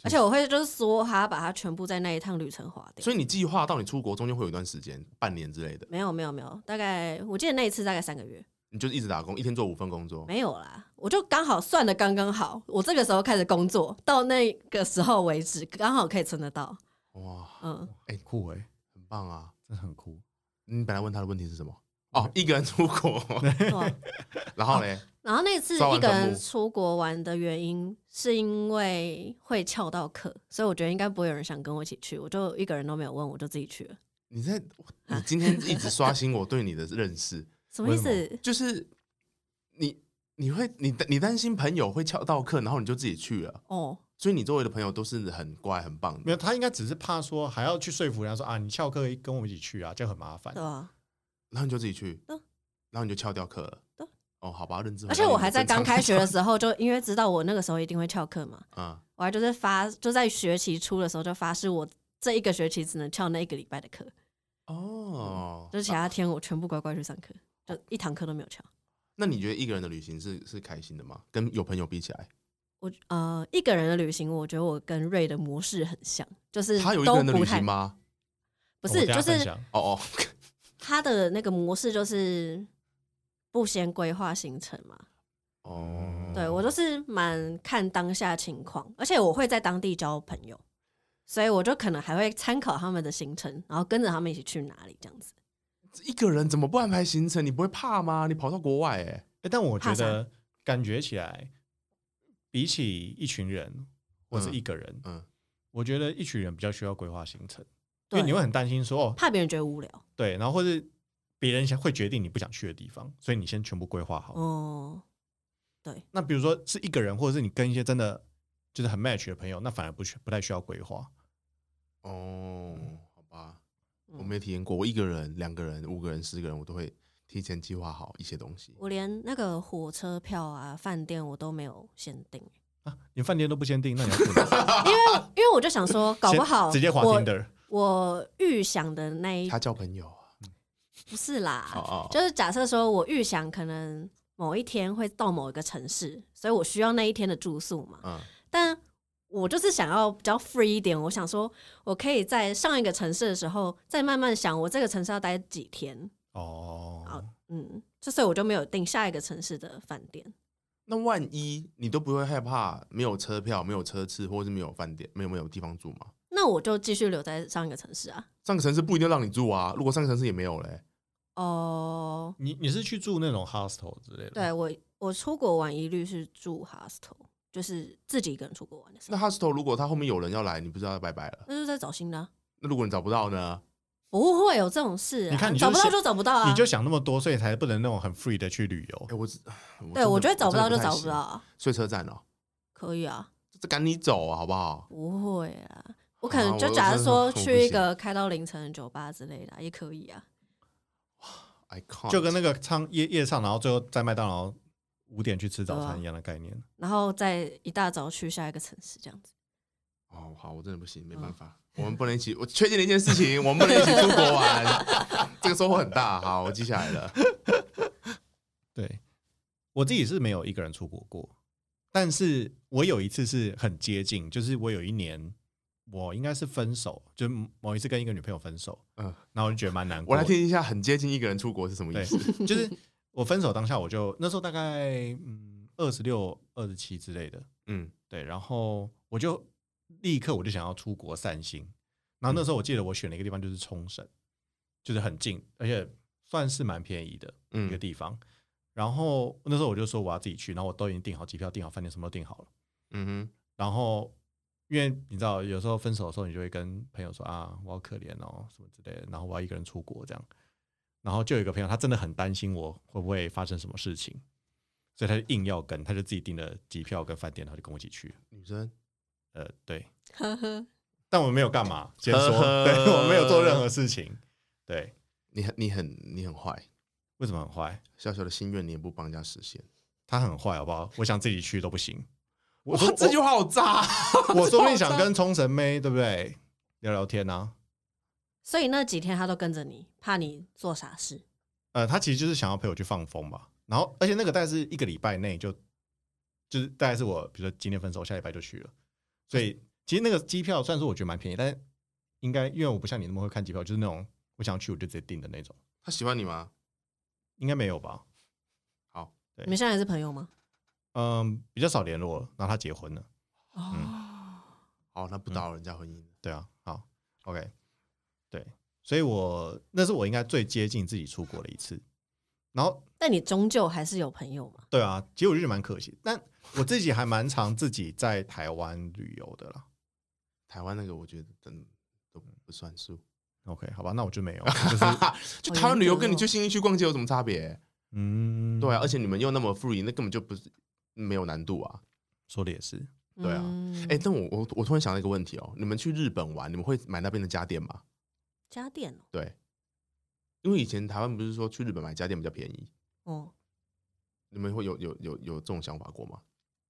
[SPEAKER 1] 就
[SPEAKER 3] 而且我会就是说，还要把它全部在那一趟旅程花掉。
[SPEAKER 2] 所以你计划到你出国中间会有一段时间，半年之类的，
[SPEAKER 3] 没有没有没有，大概我记得那一次大概三个月，
[SPEAKER 2] 你就是一直打工，一天做五份工作。
[SPEAKER 3] 没有啦，我就刚好算的刚刚好，我这个时候开始工作，到那个时候为止，刚好可以存得到。
[SPEAKER 2] 哇，
[SPEAKER 3] 嗯，
[SPEAKER 1] 哎、酷哎、
[SPEAKER 2] 很棒啊！
[SPEAKER 1] 真的很酷。
[SPEAKER 2] 你本来问他的问题是什么？哦，一个人出国，
[SPEAKER 3] 对啊
[SPEAKER 2] 然后嘞，
[SPEAKER 3] 然后那次
[SPEAKER 2] 刷完
[SPEAKER 3] 一个
[SPEAKER 2] 分
[SPEAKER 3] 人
[SPEAKER 2] 母
[SPEAKER 3] 出国玩的原因，是因为会翘到课，所以我觉得应该不会有人想跟我一起去，我就一个人都没有问，我就自己去了。
[SPEAKER 2] 你在
[SPEAKER 3] 啊
[SPEAKER 2] 你今天一直刷新我对你的认识，
[SPEAKER 3] 什么意
[SPEAKER 1] 为
[SPEAKER 3] 思？
[SPEAKER 2] 就是你你会你你担心朋友会翘到课，然后你就自己去了，
[SPEAKER 3] 哦，
[SPEAKER 2] 所以你周围的朋友都是很乖很棒
[SPEAKER 1] 没
[SPEAKER 2] 的。
[SPEAKER 1] 有，他应该只是怕说还要去说服人家说啊，你翘课跟我们一起去啊，这样很麻烦
[SPEAKER 3] 对。吧？
[SPEAKER 2] 然后你就自己去，
[SPEAKER 3] 嗯
[SPEAKER 2] 然后你就翘掉课了
[SPEAKER 3] 嗯。
[SPEAKER 2] 哦，好吧，认知回到
[SPEAKER 3] 而
[SPEAKER 2] 你的
[SPEAKER 3] 且
[SPEAKER 2] 正常。
[SPEAKER 3] 我还在刚开 学的时候，就因为知道我那个时候一定会翘课嘛，
[SPEAKER 2] 啊，
[SPEAKER 3] 我还就是发就在学期初的时候就发誓，我这一个学期只能翘那一个礼拜的课，
[SPEAKER 2] 哦，
[SPEAKER 3] 就是其他天我全部乖乖去上课，就一堂课都没有翘。
[SPEAKER 2] 那你觉得一个人的旅行是是开心的吗？跟有朋友比起来，
[SPEAKER 3] 我呃一个人的旅行，我觉得我跟瑞的模式很像，就是
[SPEAKER 2] 他有一个
[SPEAKER 3] 都
[SPEAKER 2] 人的
[SPEAKER 3] 不
[SPEAKER 2] 旅
[SPEAKER 3] 太
[SPEAKER 2] 行吗？
[SPEAKER 3] 不
[SPEAKER 1] 我
[SPEAKER 3] 是，
[SPEAKER 1] 等
[SPEAKER 3] 就
[SPEAKER 1] 下分
[SPEAKER 3] 是
[SPEAKER 1] 享
[SPEAKER 2] 哦哦，
[SPEAKER 3] 他的那个模式就是不先规划行程嘛。
[SPEAKER 1] 嗯
[SPEAKER 2] 哦，
[SPEAKER 3] 对我都是蛮看当下情况，而且我会在当地交朋友，所以我就可能还会参考他们的行程，然后跟着他们一起去哪里这样子。
[SPEAKER 2] 一个人怎么不安排行程？你不会怕吗？你跑到国外、欸，
[SPEAKER 1] 欸但我觉
[SPEAKER 3] 怕啥
[SPEAKER 1] 得感觉起来，比起一群人或是
[SPEAKER 2] 嗯
[SPEAKER 1] 一个人，
[SPEAKER 2] 嗯
[SPEAKER 1] 我觉得一群人比较需要规划行程，因
[SPEAKER 3] 对，
[SPEAKER 1] 为你会很担心说哦，
[SPEAKER 3] 怕别人觉得无聊。
[SPEAKER 1] 对，然后或是别人想会决定你不想去的地方，所以你先全部规划好。
[SPEAKER 3] 哦，
[SPEAKER 1] 那比如说是一个人，或者是你跟一些真的就是很 match 的朋友，那反而不需不太需要规划。
[SPEAKER 2] 哦，好吧，
[SPEAKER 3] 嗯
[SPEAKER 2] 我没体验过，我一个人、两个人、五个人、十个人，我都会提前计划好一些东西。
[SPEAKER 3] 我连那个火车票啊、饭店我都没有限定，
[SPEAKER 1] 啊，连饭店都不先定，那你要住哪？
[SPEAKER 3] 因为因为我就想说， 搞不
[SPEAKER 1] 先
[SPEAKER 3] 好
[SPEAKER 1] 直接滑
[SPEAKER 3] 我
[SPEAKER 1] Tinder，
[SPEAKER 3] 我预想的那一
[SPEAKER 2] 他交朋友啊，
[SPEAKER 3] 不是啦，
[SPEAKER 2] 哦哦
[SPEAKER 3] 就是假设说我预想可能某一天会到某一个城市，所以我需要那一天的住宿嘛。
[SPEAKER 2] 嗯，
[SPEAKER 3] 但我就是想要比较 free 一点，我想说我可以在上一个城市的时候，再慢慢想我这个城市要待几天。
[SPEAKER 1] 哦，
[SPEAKER 3] 嗯，就所以我就没有订下一个城市的饭店。
[SPEAKER 2] 那万一你都不会害怕没有车票、没有车次，或是没有饭店、没有没有地方住吗？
[SPEAKER 3] 那我就继续留在上一个城市啊。
[SPEAKER 2] 上个城市不一定让你住啊，如果上个城市也没有嘞，
[SPEAKER 3] 哦、
[SPEAKER 1] 你你是去住那种 hostel 之类的？
[SPEAKER 3] 对，我我出国玩一律是住 hostel，就是自己一个人出国玩的时
[SPEAKER 2] 那
[SPEAKER 3] 候，
[SPEAKER 2] hostel 如果他后面有人要来，你不知道要拜拜了。
[SPEAKER 3] 那就在找新的啊、
[SPEAKER 2] 那如果你找不到呢？
[SPEAKER 3] 不会有这种事、啊，
[SPEAKER 1] 你看你就
[SPEAKER 3] 找不到
[SPEAKER 1] 先
[SPEAKER 3] 就找不到啊，
[SPEAKER 1] 你就想那么多，所以才不能那种很 free 的去旅游
[SPEAKER 2] 哎、。我只
[SPEAKER 3] 对我觉得找不到就找不。
[SPEAKER 2] 真的真的太行
[SPEAKER 3] 到啊，
[SPEAKER 2] 睡车站哦，
[SPEAKER 3] 可以啊，
[SPEAKER 2] 这赶你走啊，好不好？
[SPEAKER 3] 不会啊，我可
[SPEAKER 2] 啊
[SPEAKER 3] 能就
[SPEAKER 2] 我
[SPEAKER 3] 假
[SPEAKER 2] 真的
[SPEAKER 3] 如说
[SPEAKER 2] 我不
[SPEAKER 3] 去一
[SPEAKER 2] 行
[SPEAKER 3] 个开到凌晨的酒吧之类的啊、也可以啊，
[SPEAKER 2] I can't，
[SPEAKER 1] 就跟那个唱夜夜唱，然后最后在麦当劳五点去吃早
[SPEAKER 3] 对啊
[SPEAKER 1] 餐一样的概念。
[SPEAKER 3] 然后再一大早去下一个城市这样子。
[SPEAKER 2] 哦，好，我真的不行，没
[SPEAKER 3] 嗯
[SPEAKER 2] 办法，我们不能一起。我确定了一件事情，我们不能一起出国 玩，这个收获很大。好，我记下来了。
[SPEAKER 1] 对我自己是没有一个人出国过，但是我有一次是很接近，就是我有一年我应该是分手，就某一次跟一个女朋友分手，
[SPEAKER 2] 嗯，
[SPEAKER 1] 然后我就觉得蛮难过
[SPEAKER 2] 我
[SPEAKER 1] 的。
[SPEAKER 2] 来听一下，很接近一个人出国是什么意思？
[SPEAKER 1] 对，就是我分手当下，我就那时候大概嗯二十六、二十七之类的，
[SPEAKER 2] 嗯，
[SPEAKER 1] 对，然后我就立刻我就想要出国散心。然后
[SPEAKER 2] 嗯
[SPEAKER 1] 那时候我记得我选了一个地方就是冲绳，就是很近，而且算是蛮便宜的
[SPEAKER 2] 嗯
[SPEAKER 1] 一个地方。然后那时候我就说我要自己去，然后我都已经订好机票、订好饭店，什么都订好了。
[SPEAKER 2] 嗯
[SPEAKER 1] 然后因为你知道，有时候分手的时候，你就会跟朋友说啊，我好可怜哦，什么之类的，然后我要一个人出国这样。然后就有一个朋友，他真的很担心我会不会发生什么事情，所以他就硬要跟，他就自己订了机票跟饭店，然后就跟我一起去。
[SPEAKER 2] 哼，女生
[SPEAKER 1] 呃，对，
[SPEAKER 3] 呵呵，
[SPEAKER 1] 但我没有干嘛，先说，
[SPEAKER 2] 呵呵
[SPEAKER 1] 对我没有做任何事情。对，
[SPEAKER 2] 你很你很你很坏，
[SPEAKER 1] 为什么很坏？
[SPEAKER 2] 小小的心愿你也不帮人家实现。
[SPEAKER 1] 他很坏，好不好？我想自己去都不行。我
[SPEAKER 2] 哇
[SPEAKER 1] 说
[SPEAKER 2] 这句话好渣，
[SPEAKER 1] 我说不定想跟冲绳妹，对不对？聊聊天啊。
[SPEAKER 3] 所以那几天他都跟着你，怕你做傻事。
[SPEAKER 1] 呃，他其实就是想要陪我去放风吧。然后，而且那个大概是一个礼拜内就，就是大概是我，比如说今天分手，下礼拜就去了。所以其实那个机票虽然说我觉得蛮便宜，但是应该因为我不像你那么会看机票，就是那种我想要去我就直接订的那种，
[SPEAKER 2] 他喜欢你吗？
[SPEAKER 1] 应该没有吧？对
[SPEAKER 3] 你们现在还是朋友吗？
[SPEAKER 1] 嗯，比较少联络了。然后他结婚了，
[SPEAKER 3] 哦，
[SPEAKER 2] 哦，那不
[SPEAKER 1] 嗯
[SPEAKER 2] 打扰人家婚姻。
[SPEAKER 1] 对啊，好，OK，对，所以我那是我应该最接近自己出国的一次。然后
[SPEAKER 3] 但你终究还是有朋友嘛？
[SPEAKER 1] 对啊，其实我就觉得蛮可惜，但我自己还蛮常自己在台湾旅游的啦。
[SPEAKER 2] 台湾那个我觉得真的都不算数，
[SPEAKER 1] OK，好吧，那我就没 有，就是
[SPEAKER 2] 就台湾旅游跟你
[SPEAKER 3] 嗯严格
[SPEAKER 2] 去
[SPEAKER 3] 哦
[SPEAKER 2] 新义区逛街有什么差别？
[SPEAKER 1] 嗯，
[SPEAKER 2] 对啊，而且你们又那么 free，那根本就不是没有难度啊。
[SPEAKER 1] 说的也是，
[SPEAKER 2] 对啊
[SPEAKER 3] 嗯
[SPEAKER 2] 哎、但我我我突然想到一个问题哦，你们去日本玩，你们会买那边的家电吗？
[SPEAKER 3] 家电哦
[SPEAKER 2] 对，因为以前台湾不是说去日本买家电比较便宜，
[SPEAKER 3] 哦，
[SPEAKER 2] 你们会有有有有这种想法过吗？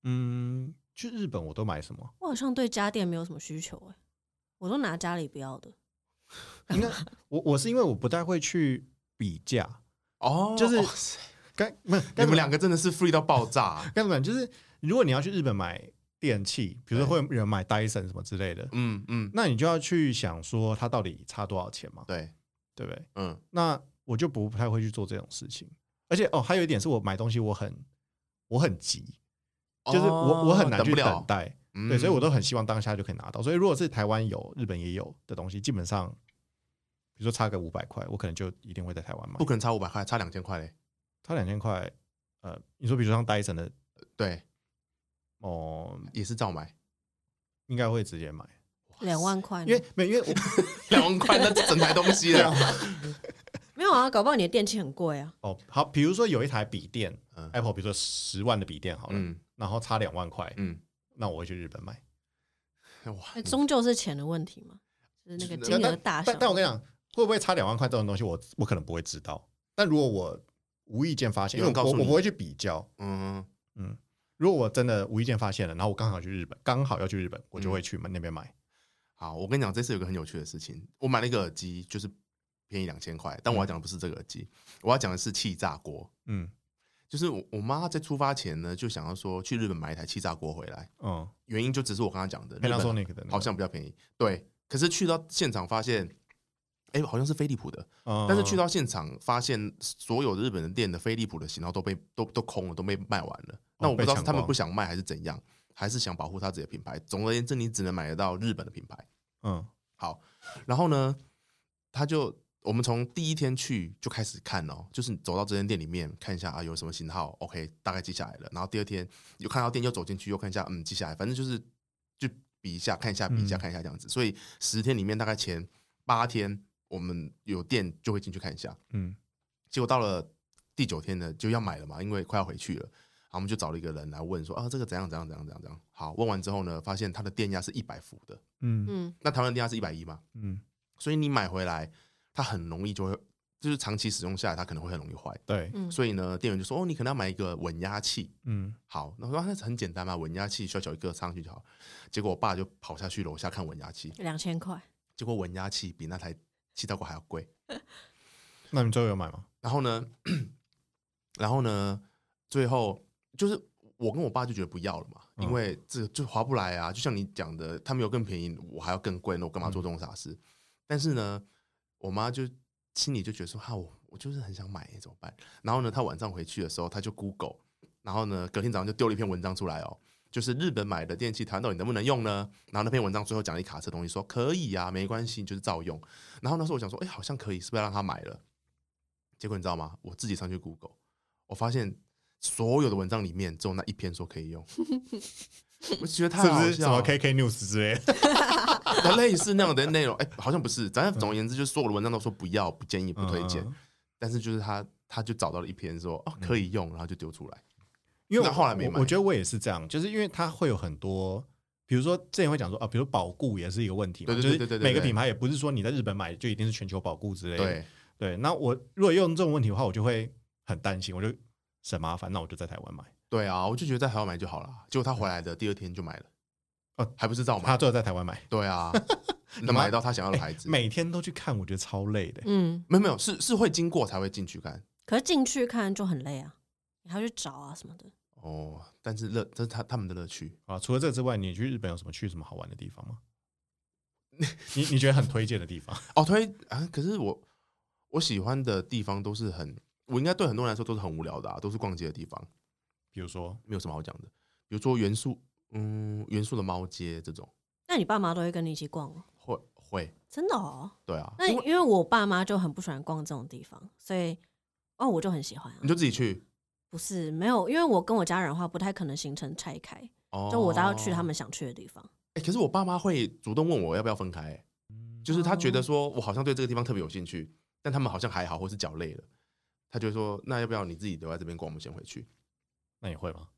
[SPEAKER 1] 嗯，去日本我都买什么？
[SPEAKER 3] 我好像对家电没有什么需求哎、我都拿家里不要的。
[SPEAKER 1] 应该我我是因为我不太会去比价，
[SPEAKER 2] 哦
[SPEAKER 1] 就是
[SPEAKER 2] 哦
[SPEAKER 1] 该没有
[SPEAKER 2] 你
[SPEAKER 1] 该怎
[SPEAKER 2] 们
[SPEAKER 1] 么
[SPEAKER 2] 两个真的是 free 到爆炸啊、
[SPEAKER 1] 该怎么讲？就是如果你要去日本买电器，比如说会
[SPEAKER 2] 对
[SPEAKER 1] 有人买 Dyson 什么之类的，
[SPEAKER 2] 嗯嗯，
[SPEAKER 1] 那你就要去想说它到底差多少钱嘛，
[SPEAKER 2] 对，
[SPEAKER 1] 对不对？
[SPEAKER 2] 嗯，
[SPEAKER 1] 那我就不太会去做这种事情，而且哦，还有一点是我买东西我很我很急，就是我、我很难
[SPEAKER 2] 哦等
[SPEAKER 1] 去
[SPEAKER 2] 不了
[SPEAKER 1] 等待，
[SPEAKER 2] 嗯
[SPEAKER 1] 对，所以我都很希望当下就可以拿到。所以如果是台湾有、日本也有的东西，基本上，比如说差个五百块，我可能就一定会在台湾买
[SPEAKER 2] 不。可能差五百块，差两千块嘞。
[SPEAKER 1] 差两千块，呃，你说比如说像 Dyson 的，
[SPEAKER 2] 对，
[SPEAKER 1] 哦、
[SPEAKER 2] 也是照 买
[SPEAKER 1] 应该会直接买，
[SPEAKER 3] 两万块呢，
[SPEAKER 1] 因为没有因为我
[SPEAKER 2] 两万块，那整台东 西了。
[SPEAKER 3] 没有啊，搞不好你的电器很贵啊。
[SPEAKER 1] 哦好，比如说有一台笔电、
[SPEAKER 2] 嗯
[SPEAKER 1] a p p l e 比如说十万的笔电好了，
[SPEAKER 2] 嗯
[SPEAKER 1] 然后差两万块，
[SPEAKER 2] 嗯，
[SPEAKER 1] 那我会去日本买。
[SPEAKER 2] 哇
[SPEAKER 3] 哎，终究是钱的问题嘛，就是那个金额大小
[SPEAKER 1] 但但我跟你讲，会不会差两万块这种东西我，我可能不会知道。但如果我无意间发现，因
[SPEAKER 2] 有
[SPEAKER 1] 为
[SPEAKER 2] 人
[SPEAKER 1] 我
[SPEAKER 2] 告
[SPEAKER 1] 我
[SPEAKER 2] 诉
[SPEAKER 1] 我
[SPEAKER 2] 你
[SPEAKER 1] 不会去比较，
[SPEAKER 2] 嗯，
[SPEAKER 1] 如果我真的无意间发现了，然后我刚好去日本，刚好要去日本，我就会去那边买。
[SPEAKER 2] 好，我跟你讲，这次有个很有趣的事情，我买了一个耳机，就是便宜两千块，但我要讲的不是这个耳机，我要讲的是气炸锅。
[SPEAKER 1] 嗯
[SPEAKER 2] 就是我我妈在出发前呢，就想要说去日本买一台气炸锅回来，
[SPEAKER 1] 嗯
[SPEAKER 2] 原因就只是我刚刚讲的，日本
[SPEAKER 1] ，Panasonic 的那个
[SPEAKER 2] 好像比较便宜。对，可是去到现场发现，哎、好像是飞利浦的，
[SPEAKER 1] 嗯
[SPEAKER 2] 但是去到现场发现，所有日本的店的飞利浦的型号都被都都空了，都被卖完了。那我不知道
[SPEAKER 1] 哦被抢
[SPEAKER 2] 是他们
[SPEAKER 1] 光
[SPEAKER 2] 不想卖还是怎样，还是想保护他自己的品牌。总而言之，你只能买得到日本的品牌。
[SPEAKER 1] 嗯
[SPEAKER 2] 好，然后呢，他就我们从第一天去就开始看哦，就是走到这间店里面看一下啊有什么型号，OK，大概记下来了。然后第二天又看到店又走进去又看一下，嗯，记下来，反正就是就比一下看一下比一下
[SPEAKER 1] 嗯
[SPEAKER 2] 看一下这样子。所以十天里面大概前八天我们有店就会进去看一下，
[SPEAKER 1] 嗯
[SPEAKER 2] 结果到了第九天呢，就要买了嘛，因为快要回去了。然后我们就找了一个人来问说啊，这个怎样怎样怎样怎样怎样。好，问完之后呢，发现它的电压是一百伏的，
[SPEAKER 1] 嗯
[SPEAKER 3] 嗯，
[SPEAKER 2] 那台湾的电压是一百一嘛，
[SPEAKER 1] 嗯，
[SPEAKER 2] 所以你买回来，它很容易就会，就是长期使用下来，它可能会很容易坏。
[SPEAKER 1] 对，
[SPEAKER 3] 嗯
[SPEAKER 2] 所以呢，店员就说：“哦，你可能要买一个稳压器。
[SPEAKER 1] 嗯”
[SPEAKER 2] 好，那我说、啊、那很简单嘛，稳压器小小一个插上去就好。结果我爸就跑下去楼下看稳压器，
[SPEAKER 3] 两千块，
[SPEAKER 2] 结果稳压器比那台气炸锅还要贵。
[SPEAKER 1] 那你最后有买吗？
[SPEAKER 2] 然后呢， 然后呢，最后就是我跟我爸就觉得不要了嘛，
[SPEAKER 1] 嗯
[SPEAKER 2] 因为这就划不来啊。就像你讲的，他没有更便宜，我还要更贵，那我干嘛做这种傻事？但是呢，我妈就心里就觉得说，哈、我我就是很想买耶，怎么办？然后呢，她晚上回去的时候，她就 Google，然后呢，隔天早上就丢了一篇文章出来哦。就是日本买的电器，台湾到底能不能用呢？然后那篇文章最后讲了一卡车东西说可以啊，没关系，你就是照用。然后那时候我想说，哎、好像可以，是不是要让他买了？结果你知道吗？我自己上去 Google，我发现所有的文章里面只有那一篇说可以用， 我觉得太
[SPEAKER 1] 是不
[SPEAKER 2] 好
[SPEAKER 1] 是什
[SPEAKER 2] 笑
[SPEAKER 1] 么
[SPEAKER 2] 了，
[SPEAKER 1] KK News 之类 的？
[SPEAKER 2] 那类似那样的内容，哎、好像不是。咱总而言之，就是所有的文章都说不要、不建议、不推荐，
[SPEAKER 1] 嗯
[SPEAKER 2] 但是就是他他就找到了一篇说哦可以用，然后就丢出来。
[SPEAKER 1] 因为
[SPEAKER 2] 那
[SPEAKER 1] 我
[SPEAKER 2] 后来没买
[SPEAKER 1] 我我觉得我也是这样，就是因为它会有很多。比如说，之前会讲说啊，比如保固也是一个问题嘛，
[SPEAKER 2] 对对对对
[SPEAKER 1] 就
[SPEAKER 2] 对
[SPEAKER 1] 是
[SPEAKER 2] 对
[SPEAKER 1] 每个
[SPEAKER 2] 对
[SPEAKER 1] 品牌也不是说你在日本买就一定是全球保固之类的。
[SPEAKER 2] 对，
[SPEAKER 1] 对，那我如果用这种问题的话，我就会很担心，我就省麻烦，那我就在台湾买。
[SPEAKER 2] 对啊，我就觉得在海外买就好了。结果他回来的第二天就买了，
[SPEAKER 1] 哦
[SPEAKER 2] 还不是照买
[SPEAKER 1] 他？最后在台湾买，
[SPEAKER 2] 对 啊，能买到他想要的牌子。
[SPEAKER 1] 每天都去看，我觉得超累的。
[SPEAKER 3] 嗯，
[SPEAKER 2] 没有没有，是是会经过才会进去看
[SPEAKER 3] 可是进去看就很累啊，你还要去找啊什么的。
[SPEAKER 2] 哦。但是乐，这是他他们的乐趣。
[SPEAKER 1] 啊，除了这个之外，你去日本有什么去什么好玩的地方吗？ 你你觉得很推荐的地方？
[SPEAKER 2] 哦，推啊，可是我我喜欢的地方都是很，我应该对很多人来说都是很无聊的、啊，都是逛街的地方，
[SPEAKER 1] 比如说，
[SPEAKER 2] 没有什么好讲的。比如说元素，嗯，元素的猫街这种，
[SPEAKER 3] 那你爸妈都会跟你一起逛哦？
[SPEAKER 2] 会会，
[SPEAKER 3] 真的哦？
[SPEAKER 2] 对啊，
[SPEAKER 3] 那
[SPEAKER 2] 因
[SPEAKER 3] 因
[SPEAKER 2] 为
[SPEAKER 3] 为我爸妈就很不喜欢逛这种地方，所以哦，我就很喜欢啊
[SPEAKER 2] 你。就自己去
[SPEAKER 3] 不是没有，因为我跟我家人的话，不太可能行程拆开，
[SPEAKER 2] 哦，
[SPEAKER 3] 就我都要去他。们想去的地方。
[SPEAKER 2] 哎、可是我爸妈会主动问我要不要分开、欸
[SPEAKER 1] 嗯
[SPEAKER 2] 就是他觉得
[SPEAKER 3] 哦
[SPEAKER 2] 说我好像对这个地方特别有兴趣，但他们好像还好，或是脚累了，他就会说那要不要你自己留在这边逛，我们先回去。
[SPEAKER 1] 那你会吗？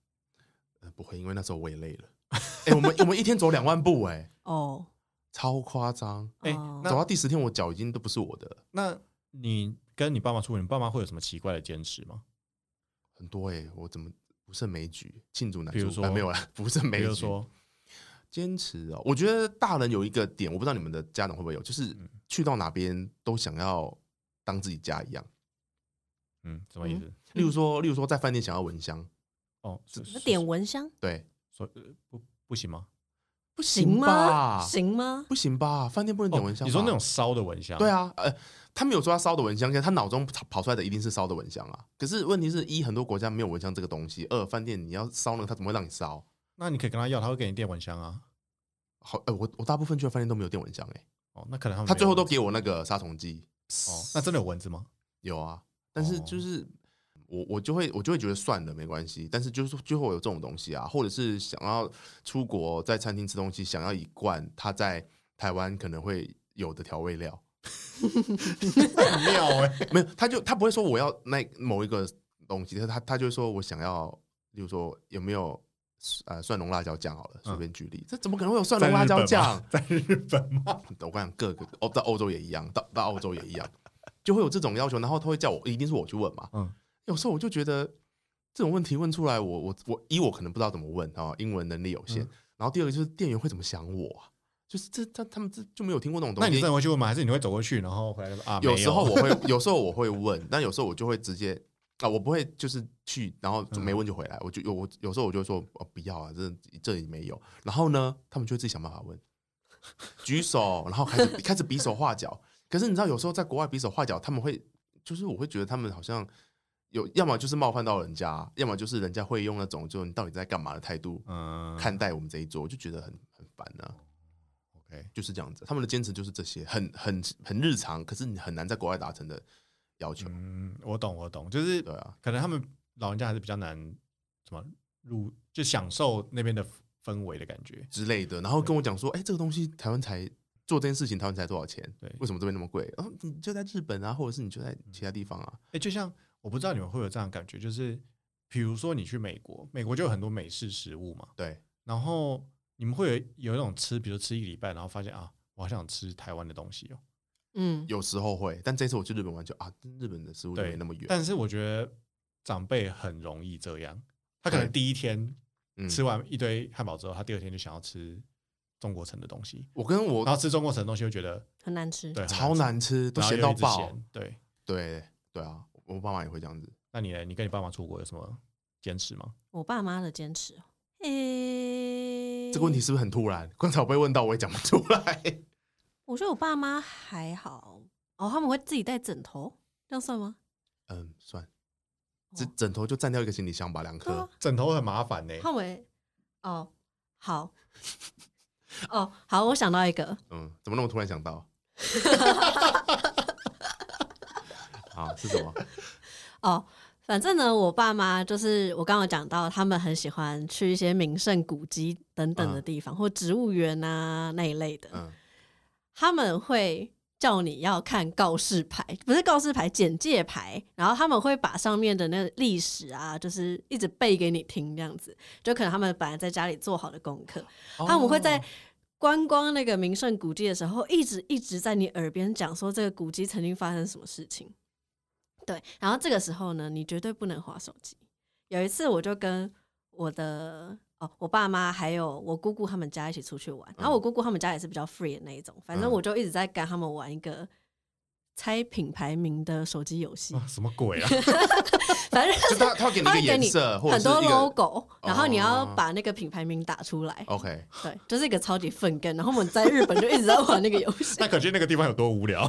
[SPEAKER 2] 呃，不会，因为那时候我也累了。 哎、我们我们一天走两万步、哎，
[SPEAKER 3] 哦，
[SPEAKER 2] 超夸张。
[SPEAKER 1] 哎
[SPEAKER 3] 哦
[SPEAKER 1] 那
[SPEAKER 2] 走到第十天，我脚已经都不是我的了
[SPEAKER 1] 那你跟你爸妈出门，你爸妈会有什么奇怪的坚持吗？
[SPEAKER 2] 很多哎、我怎么不胜枚举？庆祝难
[SPEAKER 1] 比如
[SPEAKER 2] 祝，
[SPEAKER 1] 说
[SPEAKER 2] 啊没有啦，不胜枚
[SPEAKER 1] 比如
[SPEAKER 2] 举。
[SPEAKER 1] 说，
[SPEAKER 2] 坚持哦，我觉得大人有一个点，我不知道你们的家长会不会有，就是
[SPEAKER 1] 嗯
[SPEAKER 2] 去到哪边都想要当自己家一样。
[SPEAKER 1] 嗯，什么意思？
[SPEAKER 2] 例如说，例如说在饭店想要蚊香，
[SPEAKER 1] 哦，是
[SPEAKER 3] 那点蚊香
[SPEAKER 2] 对，
[SPEAKER 1] 说呃不不行吗？
[SPEAKER 2] 不
[SPEAKER 3] 行吗？
[SPEAKER 2] 吧？
[SPEAKER 3] 行吗？
[SPEAKER 2] 不行吧？饭店不能点
[SPEAKER 1] 哦
[SPEAKER 2] 蚊香吧、
[SPEAKER 1] 你说那种烧的蚊香？
[SPEAKER 2] 对，啊，呃，他没有说他烧的蚊香，但他脑中跑跑出来的一定是烧的蚊香啊。可是问题是一，很多国家没有蚊香这个东西；二，饭店你要烧呢，他怎么会让你烧？
[SPEAKER 1] 那你可以跟他要，他会给你电蚊香啊。
[SPEAKER 2] 好，呃，我我大部分去的饭店都没有电蚊香、欸，
[SPEAKER 1] 哦，那可能他们
[SPEAKER 2] 他最后都
[SPEAKER 1] 没
[SPEAKER 2] 给我那个杀虫剂，
[SPEAKER 1] 有蚊子哦，那真的有蚊子 吗？
[SPEAKER 2] 有啊，但是
[SPEAKER 1] 哦
[SPEAKER 2] 就是。我我就会我就会觉得算了没关系，但是就是就会有这种东西啊，或者是想要出国在餐厅吃东西，想要一罐他在台湾可能会有的调味料，
[SPEAKER 1] 很妙哎、
[SPEAKER 2] 没有，他就他不会说我要那某一个东西，他他他就说我想要，例如说有没有呃蒜蓉辣椒酱好了，随便举例，这怎么可能会有蒜
[SPEAKER 1] 嗯在
[SPEAKER 2] 蓉
[SPEAKER 1] 日
[SPEAKER 2] 辣椒
[SPEAKER 1] 本
[SPEAKER 2] 酱
[SPEAKER 1] 吗？ 在日本 吗？
[SPEAKER 2] 我跟你讲，各个欧到欧洲也一样，到到澳洲也一样，就会有这种要求，然后他会叫我，一定是我去问嘛。
[SPEAKER 1] 嗯
[SPEAKER 2] 有时候我就觉得这种问题问出来，我我我一我可能不知道怎么问啊，英文能力有限，
[SPEAKER 1] 嗯
[SPEAKER 2] 然后第二个就是店员会怎么想我啊，就是这他他们这就没有听过那种东
[SPEAKER 1] 那
[SPEAKER 2] 西，
[SPEAKER 1] 你真的会去问吗？还是你会走过去，然后回来就说啊？没
[SPEAKER 2] 有时候我 会，有时候我会问，但有时候我就会直接啊，我不会就是去，然后就
[SPEAKER 1] 嗯
[SPEAKER 2] 没问就回来。我就有我有时候我就会说哦，不要啊，这这里没有。然后呢，他们就会自己想办法问，举手，然后开始开始比手画脚。可是你知道，有时候在国外比手画脚，他们会就是我会觉得他们好像有，要么就是冒犯到人家，要么就是人家会用那种就你到底在干嘛的态度
[SPEAKER 1] 嗯
[SPEAKER 2] 看待我们这一桌，我就觉得很很烦啊。
[SPEAKER 1] OK，
[SPEAKER 2] 就是这样子，他们的坚持就是这些，很很很日常，可是你很难在国外达成的要求。
[SPEAKER 1] 嗯，我懂我懂，就是
[SPEAKER 2] 对啊，
[SPEAKER 1] 可能他们老人家还是比较难什么入，就享受那边的氛围的感觉。
[SPEAKER 2] 之类的，然后跟我讲说，哎、这个东西台湾才做这件事情，台湾才多少钱？
[SPEAKER 1] 对
[SPEAKER 2] 为什么这边那么贵？哦，你就在日本啊，或者是你就在其他地方啊，
[SPEAKER 1] 哎、就像我不知道你们会有这样的感觉，就是比如说你去美国，美国就有很多美式食物嘛，
[SPEAKER 2] 对，
[SPEAKER 1] 然后你们会有有一种吃，比如吃一个礼拜，然后发现啊，我好想吃台湾的东西哦。
[SPEAKER 3] 嗯，
[SPEAKER 2] 有时候会，但这次我去日本玩就啊，日本的食物就没
[SPEAKER 1] 对
[SPEAKER 2] 那么远，
[SPEAKER 1] 但是我觉得长辈很容易这样，他可能
[SPEAKER 2] 对
[SPEAKER 1] 第一天
[SPEAKER 2] 嗯
[SPEAKER 1] 吃完一堆汉堡之后，他第二天就想要吃中国城的东西，
[SPEAKER 2] 我跟我
[SPEAKER 1] 然后吃中国城的东西又觉得
[SPEAKER 3] 很难吃。
[SPEAKER 1] 对很
[SPEAKER 2] 超
[SPEAKER 1] 难
[SPEAKER 2] 难吃，
[SPEAKER 1] 吃，
[SPEAKER 2] 都
[SPEAKER 1] 然后
[SPEAKER 2] 咸
[SPEAKER 1] 又
[SPEAKER 2] 到
[SPEAKER 1] 一直
[SPEAKER 2] 爆，
[SPEAKER 1] 咸对，
[SPEAKER 2] 对对啊，我爸妈也会这样子。
[SPEAKER 1] 那你呢？你跟你爸妈出国有什么坚持吗？
[SPEAKER 3] 我爸妈的坚持哦，诶、
[SPEAKER 2] 这个问题，是不是很突然？刚才我被问到，我也讲不出来。
[SPEAKER 3] 我觉得我爸妈还好哦，他们会自己带枕头，这样算吗？
[SPEAKER 2] 嗯，算，枕枕头就占掉一个行李箱吧，两
[SPEAKER 3] 对
[SPEAKER 2] 颗
[SPEAKER 3] 啊。
[SPEAKER 1] 枕头很麻烦呢、
[SPEAKER 3] 他们哦，好， 哦，好，我想到一个，
[SPEAKER 2] 嗯，怎么那么突然想到？ 啊，是什么？
[SPEAKER 3] 哦，反正呢，我爸妈就是我刚刚有讲到，他们很喜欢去一些名胜古迹等等的
[SPEAKER 2] 嗯
[SPEAKER 3] 地方，或植物园啊那一类的。
[SPEAKER 2] 嗯，
[SPEAKER 3] 他们会叫你要看告示牌，不是告示牌，简介牌，然后他们会把上面的那个历史啊，就是一直背给你听，这样子。就可能他们本来在家里做好的功课， 他们会在
[SPEAKER 2] 哦
[SPEAKER 3] 观光那个名胜古迹的时候，一直一直在你耳边讲说这个古迹曾经发生什么事情。对，然后这个时候呢，你绝对不能划手机。有一次，我就跟我的哦，我爸妈还有我姑姑他们家一起出去玩，然后我姑姑他们家也是比较 free 的那一种，反
[SPEAKER 2] 嗯
[SPEAKER 3] 正我就一直在跟他们玩一个猜品牌名的手机游戏，
[SPEAKER 1] 啊，什么鬼 啊？
[SPEAKER 3] 反正
[SPEAKER 2] 嗯就他他会给你一个
[SPEAKER 3] 他会给
[SPEAKER 2] 颜
[SPEAKER 3] 你
[SPEAKER 2] 色或者
[SPEAKER 3] 很
[SPEAKER 2] 是
[SPEAKER 3] 多
[SPEAKER 2] 一个
[SPEAKER 3] logo，然后你要
[SPEAKER 2] 哦
[SPEAKER 3] 把那个品牌名打出来，
[SPEAKER 2] OK，
[SPEAKER 3] 对，就是一个超级粪根。然后我们在日本就一直在玩那个游戏，
[SPEAKER 1] 那可见那个地方有多无聊。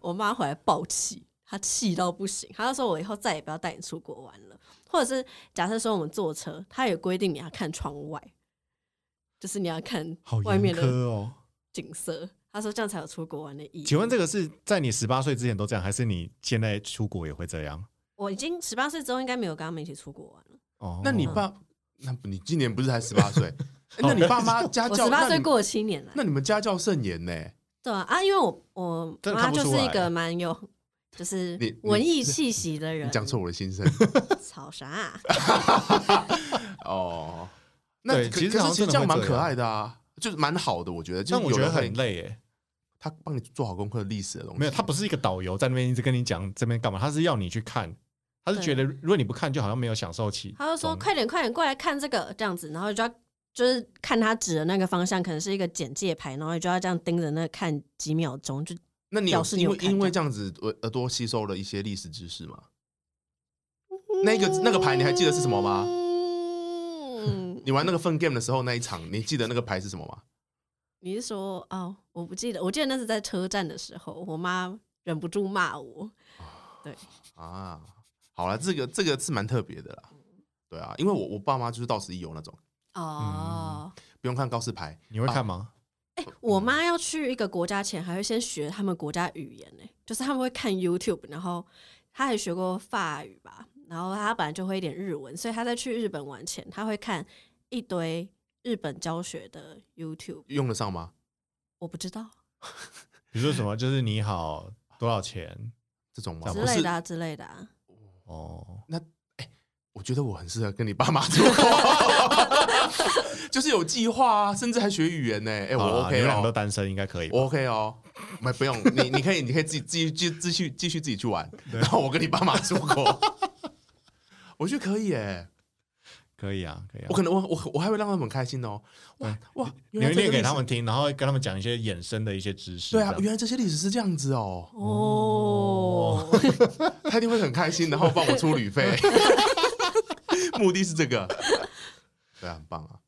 [SPEAKER 3] 我妈回来暴气，她气到不行，她就说我以后再也不要带你出国玩了。或者是假设说我们坐车，她也规定你要看窗外，就是你要看
[SPEAKER 1] 好
[SPEAKER 3] 外
[SPEAKER 1] 严
[SPEAKER 3] 面
[SPEAKER 1] 苛
[SPEAKER 3] 的
[SPEAKER 1] 哦。
[SPEAKER 3] 景色。她说这样才有出国玩的意义。
[SPEAKER 1] 请问这个是在你十八岁之前都这样，还是你现在出国也会这样？
[SPEAKER 3] 我已经十八岁之后，应该没有跟他们一起出国玩了。
[SPEAKER 1] 哦，
[SPEAKER 2] 那你爸，那你今年不是才十 八岁？哎那
[SPEAKER 1] 哦
[SPEAKER 2] 你爸妈家
[SPEAKER 3] 我
[SPEAKER 2] 教，
[SPEAKER 3] 十八
[SPEAKER 2] 那
[SPEAKER 3] 岁
[SPEAKER 2] 你
[SPEAKER 3] 过了七年了，
[SPEAKER 2] 那你们家教甚严呢？
[SPEAKER 3] 对啊，啊，因为我我
[SPEAKER 1] 真的
[SPEAKER 3] 妈
[SPEAKER 1] 看不
[SPEAKER 3] 就
[SPEAKER 1] 出
[SPEAKER 3] 是一
[SPEAKER 1] 来
[SPEAKER 3] 个蛮有就是
[SPEAKER 2] 你你
[SPEAKER 3] 文艺气息的人
[SPEAKER 2] 你。讲错我的心 声
[SPEAKER 3] 吵啥啊、
[SPEAKER 1] 对
[SPEAKER 2] 哦。那可
[SPEAKER 1] 其实
[SPEAKER 2] 可
[SPEAKER 1] 好像
[SPEAKER 2] 是其
[SPEAKER 1] 真
[SPEAKER 2] 实
[SPEAKER 1] 的
[SPEAKER 2] 这样
[SPEAKER 1] 会
[SPEAKER 2] 蛮
[SPEAKER 1] 这
[SPEAKER 2] 可
[SPEAKER 1] 样
[SPEAKER 2] 爱的啊，就是蛮好的，我觉得。就
[SPEAKER 1] 但
[SPEAKER 2] 是
[SPEAKER 1] 我
[SPEAKER 2] 有
[SPEAKER 1] 觉得
[SPEAKER 2] 人会
[SPEAKER 1] 很累耶。
[SPEAKER 2] 他帮你做好功课历史的东西，
[SPEAKER 1] 没有，他不是一个导游在那边一直跟你讲这边干嘛，他是要你去看，他是
[SPEAKER 2] 啊
[SPEAKER 1] 觉得如果你不看，就好像没有享受起。
[SPEAKER 3] 他就说：“快点，快点，过来看这个这样子。”然后就要就是看他指的那个方向，可能是一个简介牌，然后你就要这样盯着那个看几秒钟。就
[SPEAKER 2] 那你
[SPEAKER 3] 表
[SPEAKER 2] 有
[SPEAKER 3] 示你
[SPEAKER 2] 因
[SPEAKER 3] 有
[SPEAKER 2] 为
[SPEAKER 3] 看
[SPEAKER 2] 因为
[SPEAKER 3] 到
[SPEAKER 2] 这样子呃呃多吸收了一些历史知识嘛？那个那个牌你还记得是什么吗
[SPEAKER 3] 嗯，
[SPEAKER 2] 你玩那个 fun game 的时候那一场，你记得那个牌是什么吗？
[SPEAKER 3] 你是说哦，我不记得，我记得那是在车站的时候，我妈忍不住骂我。
[SPEAKER 2] 啊，好了，这个这个是蛮特别的啦。对啊，因为我我爸妈就是到此一游那种，嗯
[SPEAKER 3] 哦，
[SPEAKER 2] 不用看告示牌。
[SPEAKER 1] 你会看吗？
[SPEAKER 3] 哎、
[SPEAKER 2] 嗯
[SPEAKER 3] 我妈要去一个国家前，还会先学他们国家语言呢、就是他们会看 YouTube，然后她还学过法语吧，然后她本来就会一点日文，所以她在去日本玩前，她会看一堆日本教学的 YouTube。
[SPEAKER 2] 用得上吗？
[SPEAKER 3] 我不知道
[SPEAKER 1] 比如说什么，就是你好多少钱
[SPEAKER 2] 这种吗？
[SPEAKER 1] 啊
[SPEAKER 3] 之
[SPEAKER 2] 不
[SPEAKER 3] 类
[SPEAKER 2] 是
[SPEAKER 3] 的、，啊、之类的、啊，
[SPEAKER 1] 哦，
[SPEAKER 2] 我觉得我很适合跟你爸妈出国， 就是有计划啊，甚至还学语言呢、哎、我
[SPEAKER 1] 好啦啊你
[SPEAKER 2] OK
[SPEAKER 1] 们两个都
[SPEAKER 2] 哦，
[SPEAKER 1] 单身，应该可以吧。
[SPEAKER 2] 我 OK 哦，没不用，你你可以你可以自己继续继继续继续自己去玩，然后我跟你爸妈出国， 我觉得可以耶、
[SPEAKER 1] 可以啊，可以啊
[SPEAKER 2] 我。可能我我我还会让他们很开心哦，哇哇，
[SPEAKER 1] 嗯你会
[SPEAKER 2] 原来这
[SPEAKER 1] 念
[SPEAKER 2] 个
[SPEAKER 1] 给
[SPEAKER 2] 历
[SPEAKER 1] 他
[SPEAKER 2] 史
[SPEAKER 1] 们听，然后跟他们讲一些衍生的一些知识。
[SPEAKER 2] 对啊
[SPEAKER 1] 这，样
[SPEAKER 2] 原来这些历史是这样子哦，
[SPEAKER 3] 哦，
[SPEAKER 2] 他一定会很开心，然后帮我出旅 费，目的是这个，对啊，很棒啊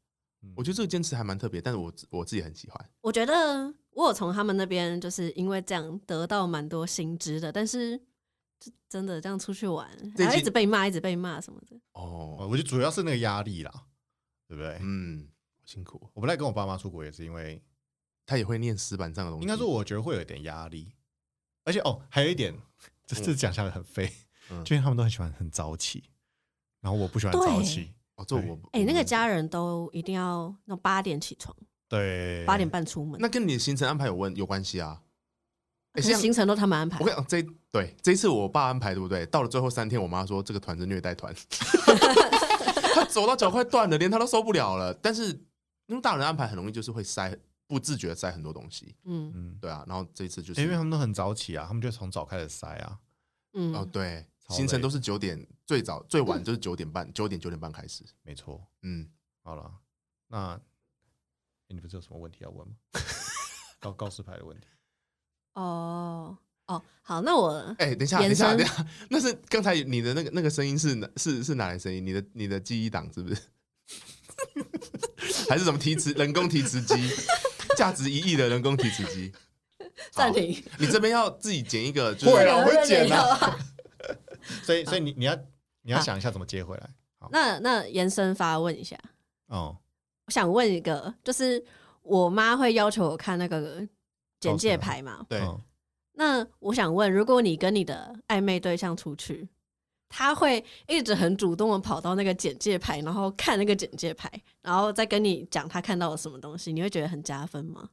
[SPEAKER 1] 嗯。
[SPEAKER 2] 我觉得这个坚持还蛮特别，但是我自我自己很喜欢。
[SPEAKER 3] 我觉得我有从他们那边就是因为这样得到蛮多新知的，但是就真的这样出去玩，
[SPEAKER 2] 这一
[SPEAKER 3] 然后一
[SPEAKER 2] 集
[SPEAKER 3] 直被骂，一直被骂什么的。
[SPEAKER 2] 哦，
[SPEAKER 1] 哦我觉得主要是那个压力啦，对不对？
[SPEAKER 2] 嗯，辛苦。
[SPEAKER 1] 我不太跟我爸妈出国，也是因为
[SPEAKER 2] 他也会念石板上的东西。
[SPEAKER 1] 应该说，我觉得会有一点压力，而且哦，还有一点，这这讲下来很废，
[SPEAKER 2] 嗯
[SPEAKER 1] 就因为他们都很喜欢很早起，然后我不喜欢
[SPEAKER 3] 对
[SPEAKER 1] 早起，
[SPEAKER 2] 哦，这我
[SPEAKER 3] 哎、那个，家人都一定要那八点起床，
[SPEAKER 1] 对，
[SPEAKER 3] 八点半出门，
[SPEAKER 2] 那跟你的行程安排有问有关系啊。哎，
[SPEAKER 3] 可是
[SPEAKER 2] 像
[SPEAKER 3] 行程都他们安排
[SPEAKER 2] 我。跟你讲，这对这一次我爸安排对不对？到了最后三天，我妈说这个团是虐待 团，他走到脚快断了，连他都受不了了。但是因为大人安排很容易就是会塞，不自觉地塞很多东西，
[SPEAKER 3] 嗯
[SPEAKER 1] 嗯，
[SPEAKER 2] 对啊。然后这一次就是、
[SPEAKER 1] 对因为他们都很早起啊，他们就从早开始塞啊，
[SPEAKER 3] 嗯，
[SPEAKER 2] 哦对，
[SPEAKER 1] 超累
[SPEAKER 2] 行程都是九点，最早最晚就是九点半，九点九点半开始。
[SPEAKER 1] 没错。
[SPEAKER 2] 嗯，
[SPEAKER 1] 好了，那诶你不是有什么问题要问吗？ 告告示牌的问题，
[SPEAKER 3] 哦哦，好，那我
[SPEAKER 2] 哎、等一下，等
[SPEAKER 3] 延
[SPEAKER 2] 一下，
[SPEAKER 3] 伸
[SPEAKER 2] 等一下，那是刚才你的那个那个声音是哪是是哪来声音？你的你的记忆档是 不是？还是什么提词人工提词机？价值一亿的人工提词机？
[SPEAKER 3] 暂停。
[SPEAKER 2] 你这边要自己剪一个，就
[SPEAKER 1] 会对
[SPEAKER 2] 是
[SPEAKER 1] 啊我会剪啊
[SPEAKER 3] 啊。
[SPEAKER 1] 所以所以你你要你要
[SPEAKER 3] 好
[SPEAKER 1] 想一下怎么接回来。好，
[SPEAKER 3] 那那延伸发问一下，
[SPEAKER 1] 哦，
[SPEAKER 3] 我想问一个，就是我妈会要求我看那个简介牌嘛？
[SPEAKER 2] 对，
[SPEAKER 1] 嗯
[SPEAKER 3] 那我想问，如果你跟你的暧昧对象出去，他会一直很主动的跑到那个简介牌，然后看那个简介牌，然后再跟你讲他看到了什么东西，你会觉得很加分吗？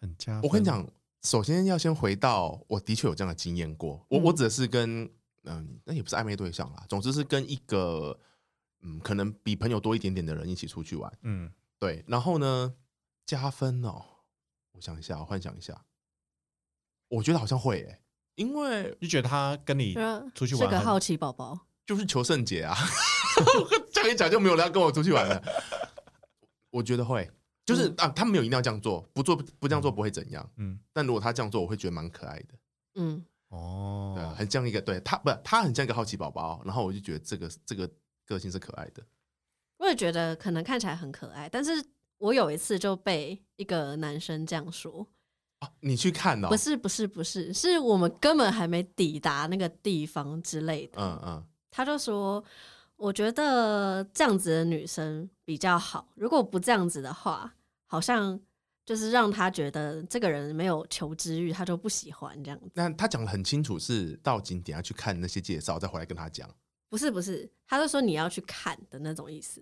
[SPEAKER 1] 很加分。
[SPEAKER 2] 我跟你讲，首先要先回到我的确有这样的经验过，我、
[SPEAKER 3] 嗯
[SPEAKER 2] 我只是跟嗯，那也不是暧昧对象啦，总之是跟一个嗯，可能比朋友多一点点的人一起出去玩。
[SPEAKER 1] 嗯，
[SPEAKER 2] 对，然后呢，加分哦，我想一下，我幻想一下，我觉得好像会诶、因为
[SPEAKER 1] 就觉得他跟你
[SPEAKER 3] 对啊
[SPEAKER 1] 出去
[SPEAKER 3] 是
[SPEAKER 1] 玩
[SPEAKER 3] 个
[SPEAKER 1] 很
[SPEAKER 3] 好奇宝宝，
[SPEAKER 2] 就是求圣节啊，我加这样一讲就没有人要跟我出去玩了。我觉得会，就是、啊，他们没有一定要这样做，不做不这样做不会怎样。
[SPEAKER 1] 嗯，
[SPEAKER 2] 但如果他这样做，我会觉得蛮可爱的，
[SPEAKER 3] 嗯，
[SPEAKER 1] 哦，
[SPEAKER 2] 对啊，很像一个对他不，他很像一个好奇宝宝。哦然后我就觉得这个这个个性是可爱的。
[SPEAKER 3] 我也觉得可能看起来很可爱，但是我有一次就被一个男生这样说，
[SPEAKER 2] 啊，你去看哦
[SPEAKER 3] 不，是不是不是，是我们根本还没抵达那个地方之类的，
[SPEAKER 2] 嗯嗯，
[SPEAKER 3] 他就说。我觉得这样子的女生比较好，如果不这样子的话，好像就是让他觉得这个人没有求知欲，他就不喜欢这样子。
[SPEAKER 2] 那他讲的很清楚，是到景点要去看那些介绍，再回来跟他讲。
[SPEAKER 3] 不是不是，他就说你要去看的那种意思，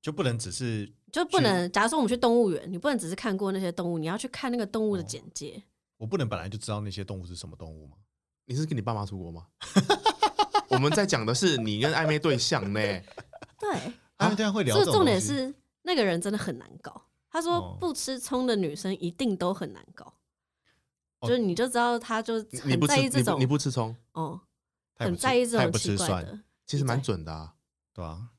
[SPEAKER 1] 就不能只是
[SPEAKER 3] 就不能。假如说我们去动物园，你不能只是看过那些动物，你要去看那个动物的简介。
[SPEAKER 1] 我不能本来就知道那些动物是什么动物吗？
[SPEAKER 2] 你是跟你爸妈出国吗？ 我们在讲的是你跟暧昧对象 呢，
[SPEAKER 3] 对，
[SPEAKER 1] 啊，这样会聊
[SPEAKER 3] 所
[SPEAKER 1] 这
[SPEAKER 3] 以
[SPEAKER 1] 种
[SPEAKER 3] 重点
[SPEAKER 1] 东西
[SPEAKER 3] 是那个人真的很难搞。他说
[SPEAKER 1] 哦
[SPEAKER 3] 不吃葱的女生一定都很难搞，
[SPEAKER 1] 哦
[SPEAKER 3] 就是你就知道他就
[SPEAKER 2] 你你
[SPEAKER 3] 很
[SPEAKER 2] 不吃
[SPEAKER 3] 在意
[SPEAKER 2] 你
[SPEAKER 3] 这
[SPEAKER 2] 不
[SPEAKER 3] 种
[SPEAKER 2] 你不吃葱，
[SPEAKER 3] 哦，
[SPEAKER 1] 他也
[SPEAKER 3] 很
[SPEAKER 1] 不吃
[SPEAKER 3] 在意这
[SPEAKER 1] 他也
[SPEAKER 3] 种
[SPEAKER 1] 不
[SPEAKER 3] 奇
[SPEAKER 1] 吃
[SPEAKER 3] 怪
[SPEAKER 1] 蒜，
[SPEAKER 3] 的。
[SPEAKER 2] 其实蛮准的啊。
[SPEAKER 1] 对啊，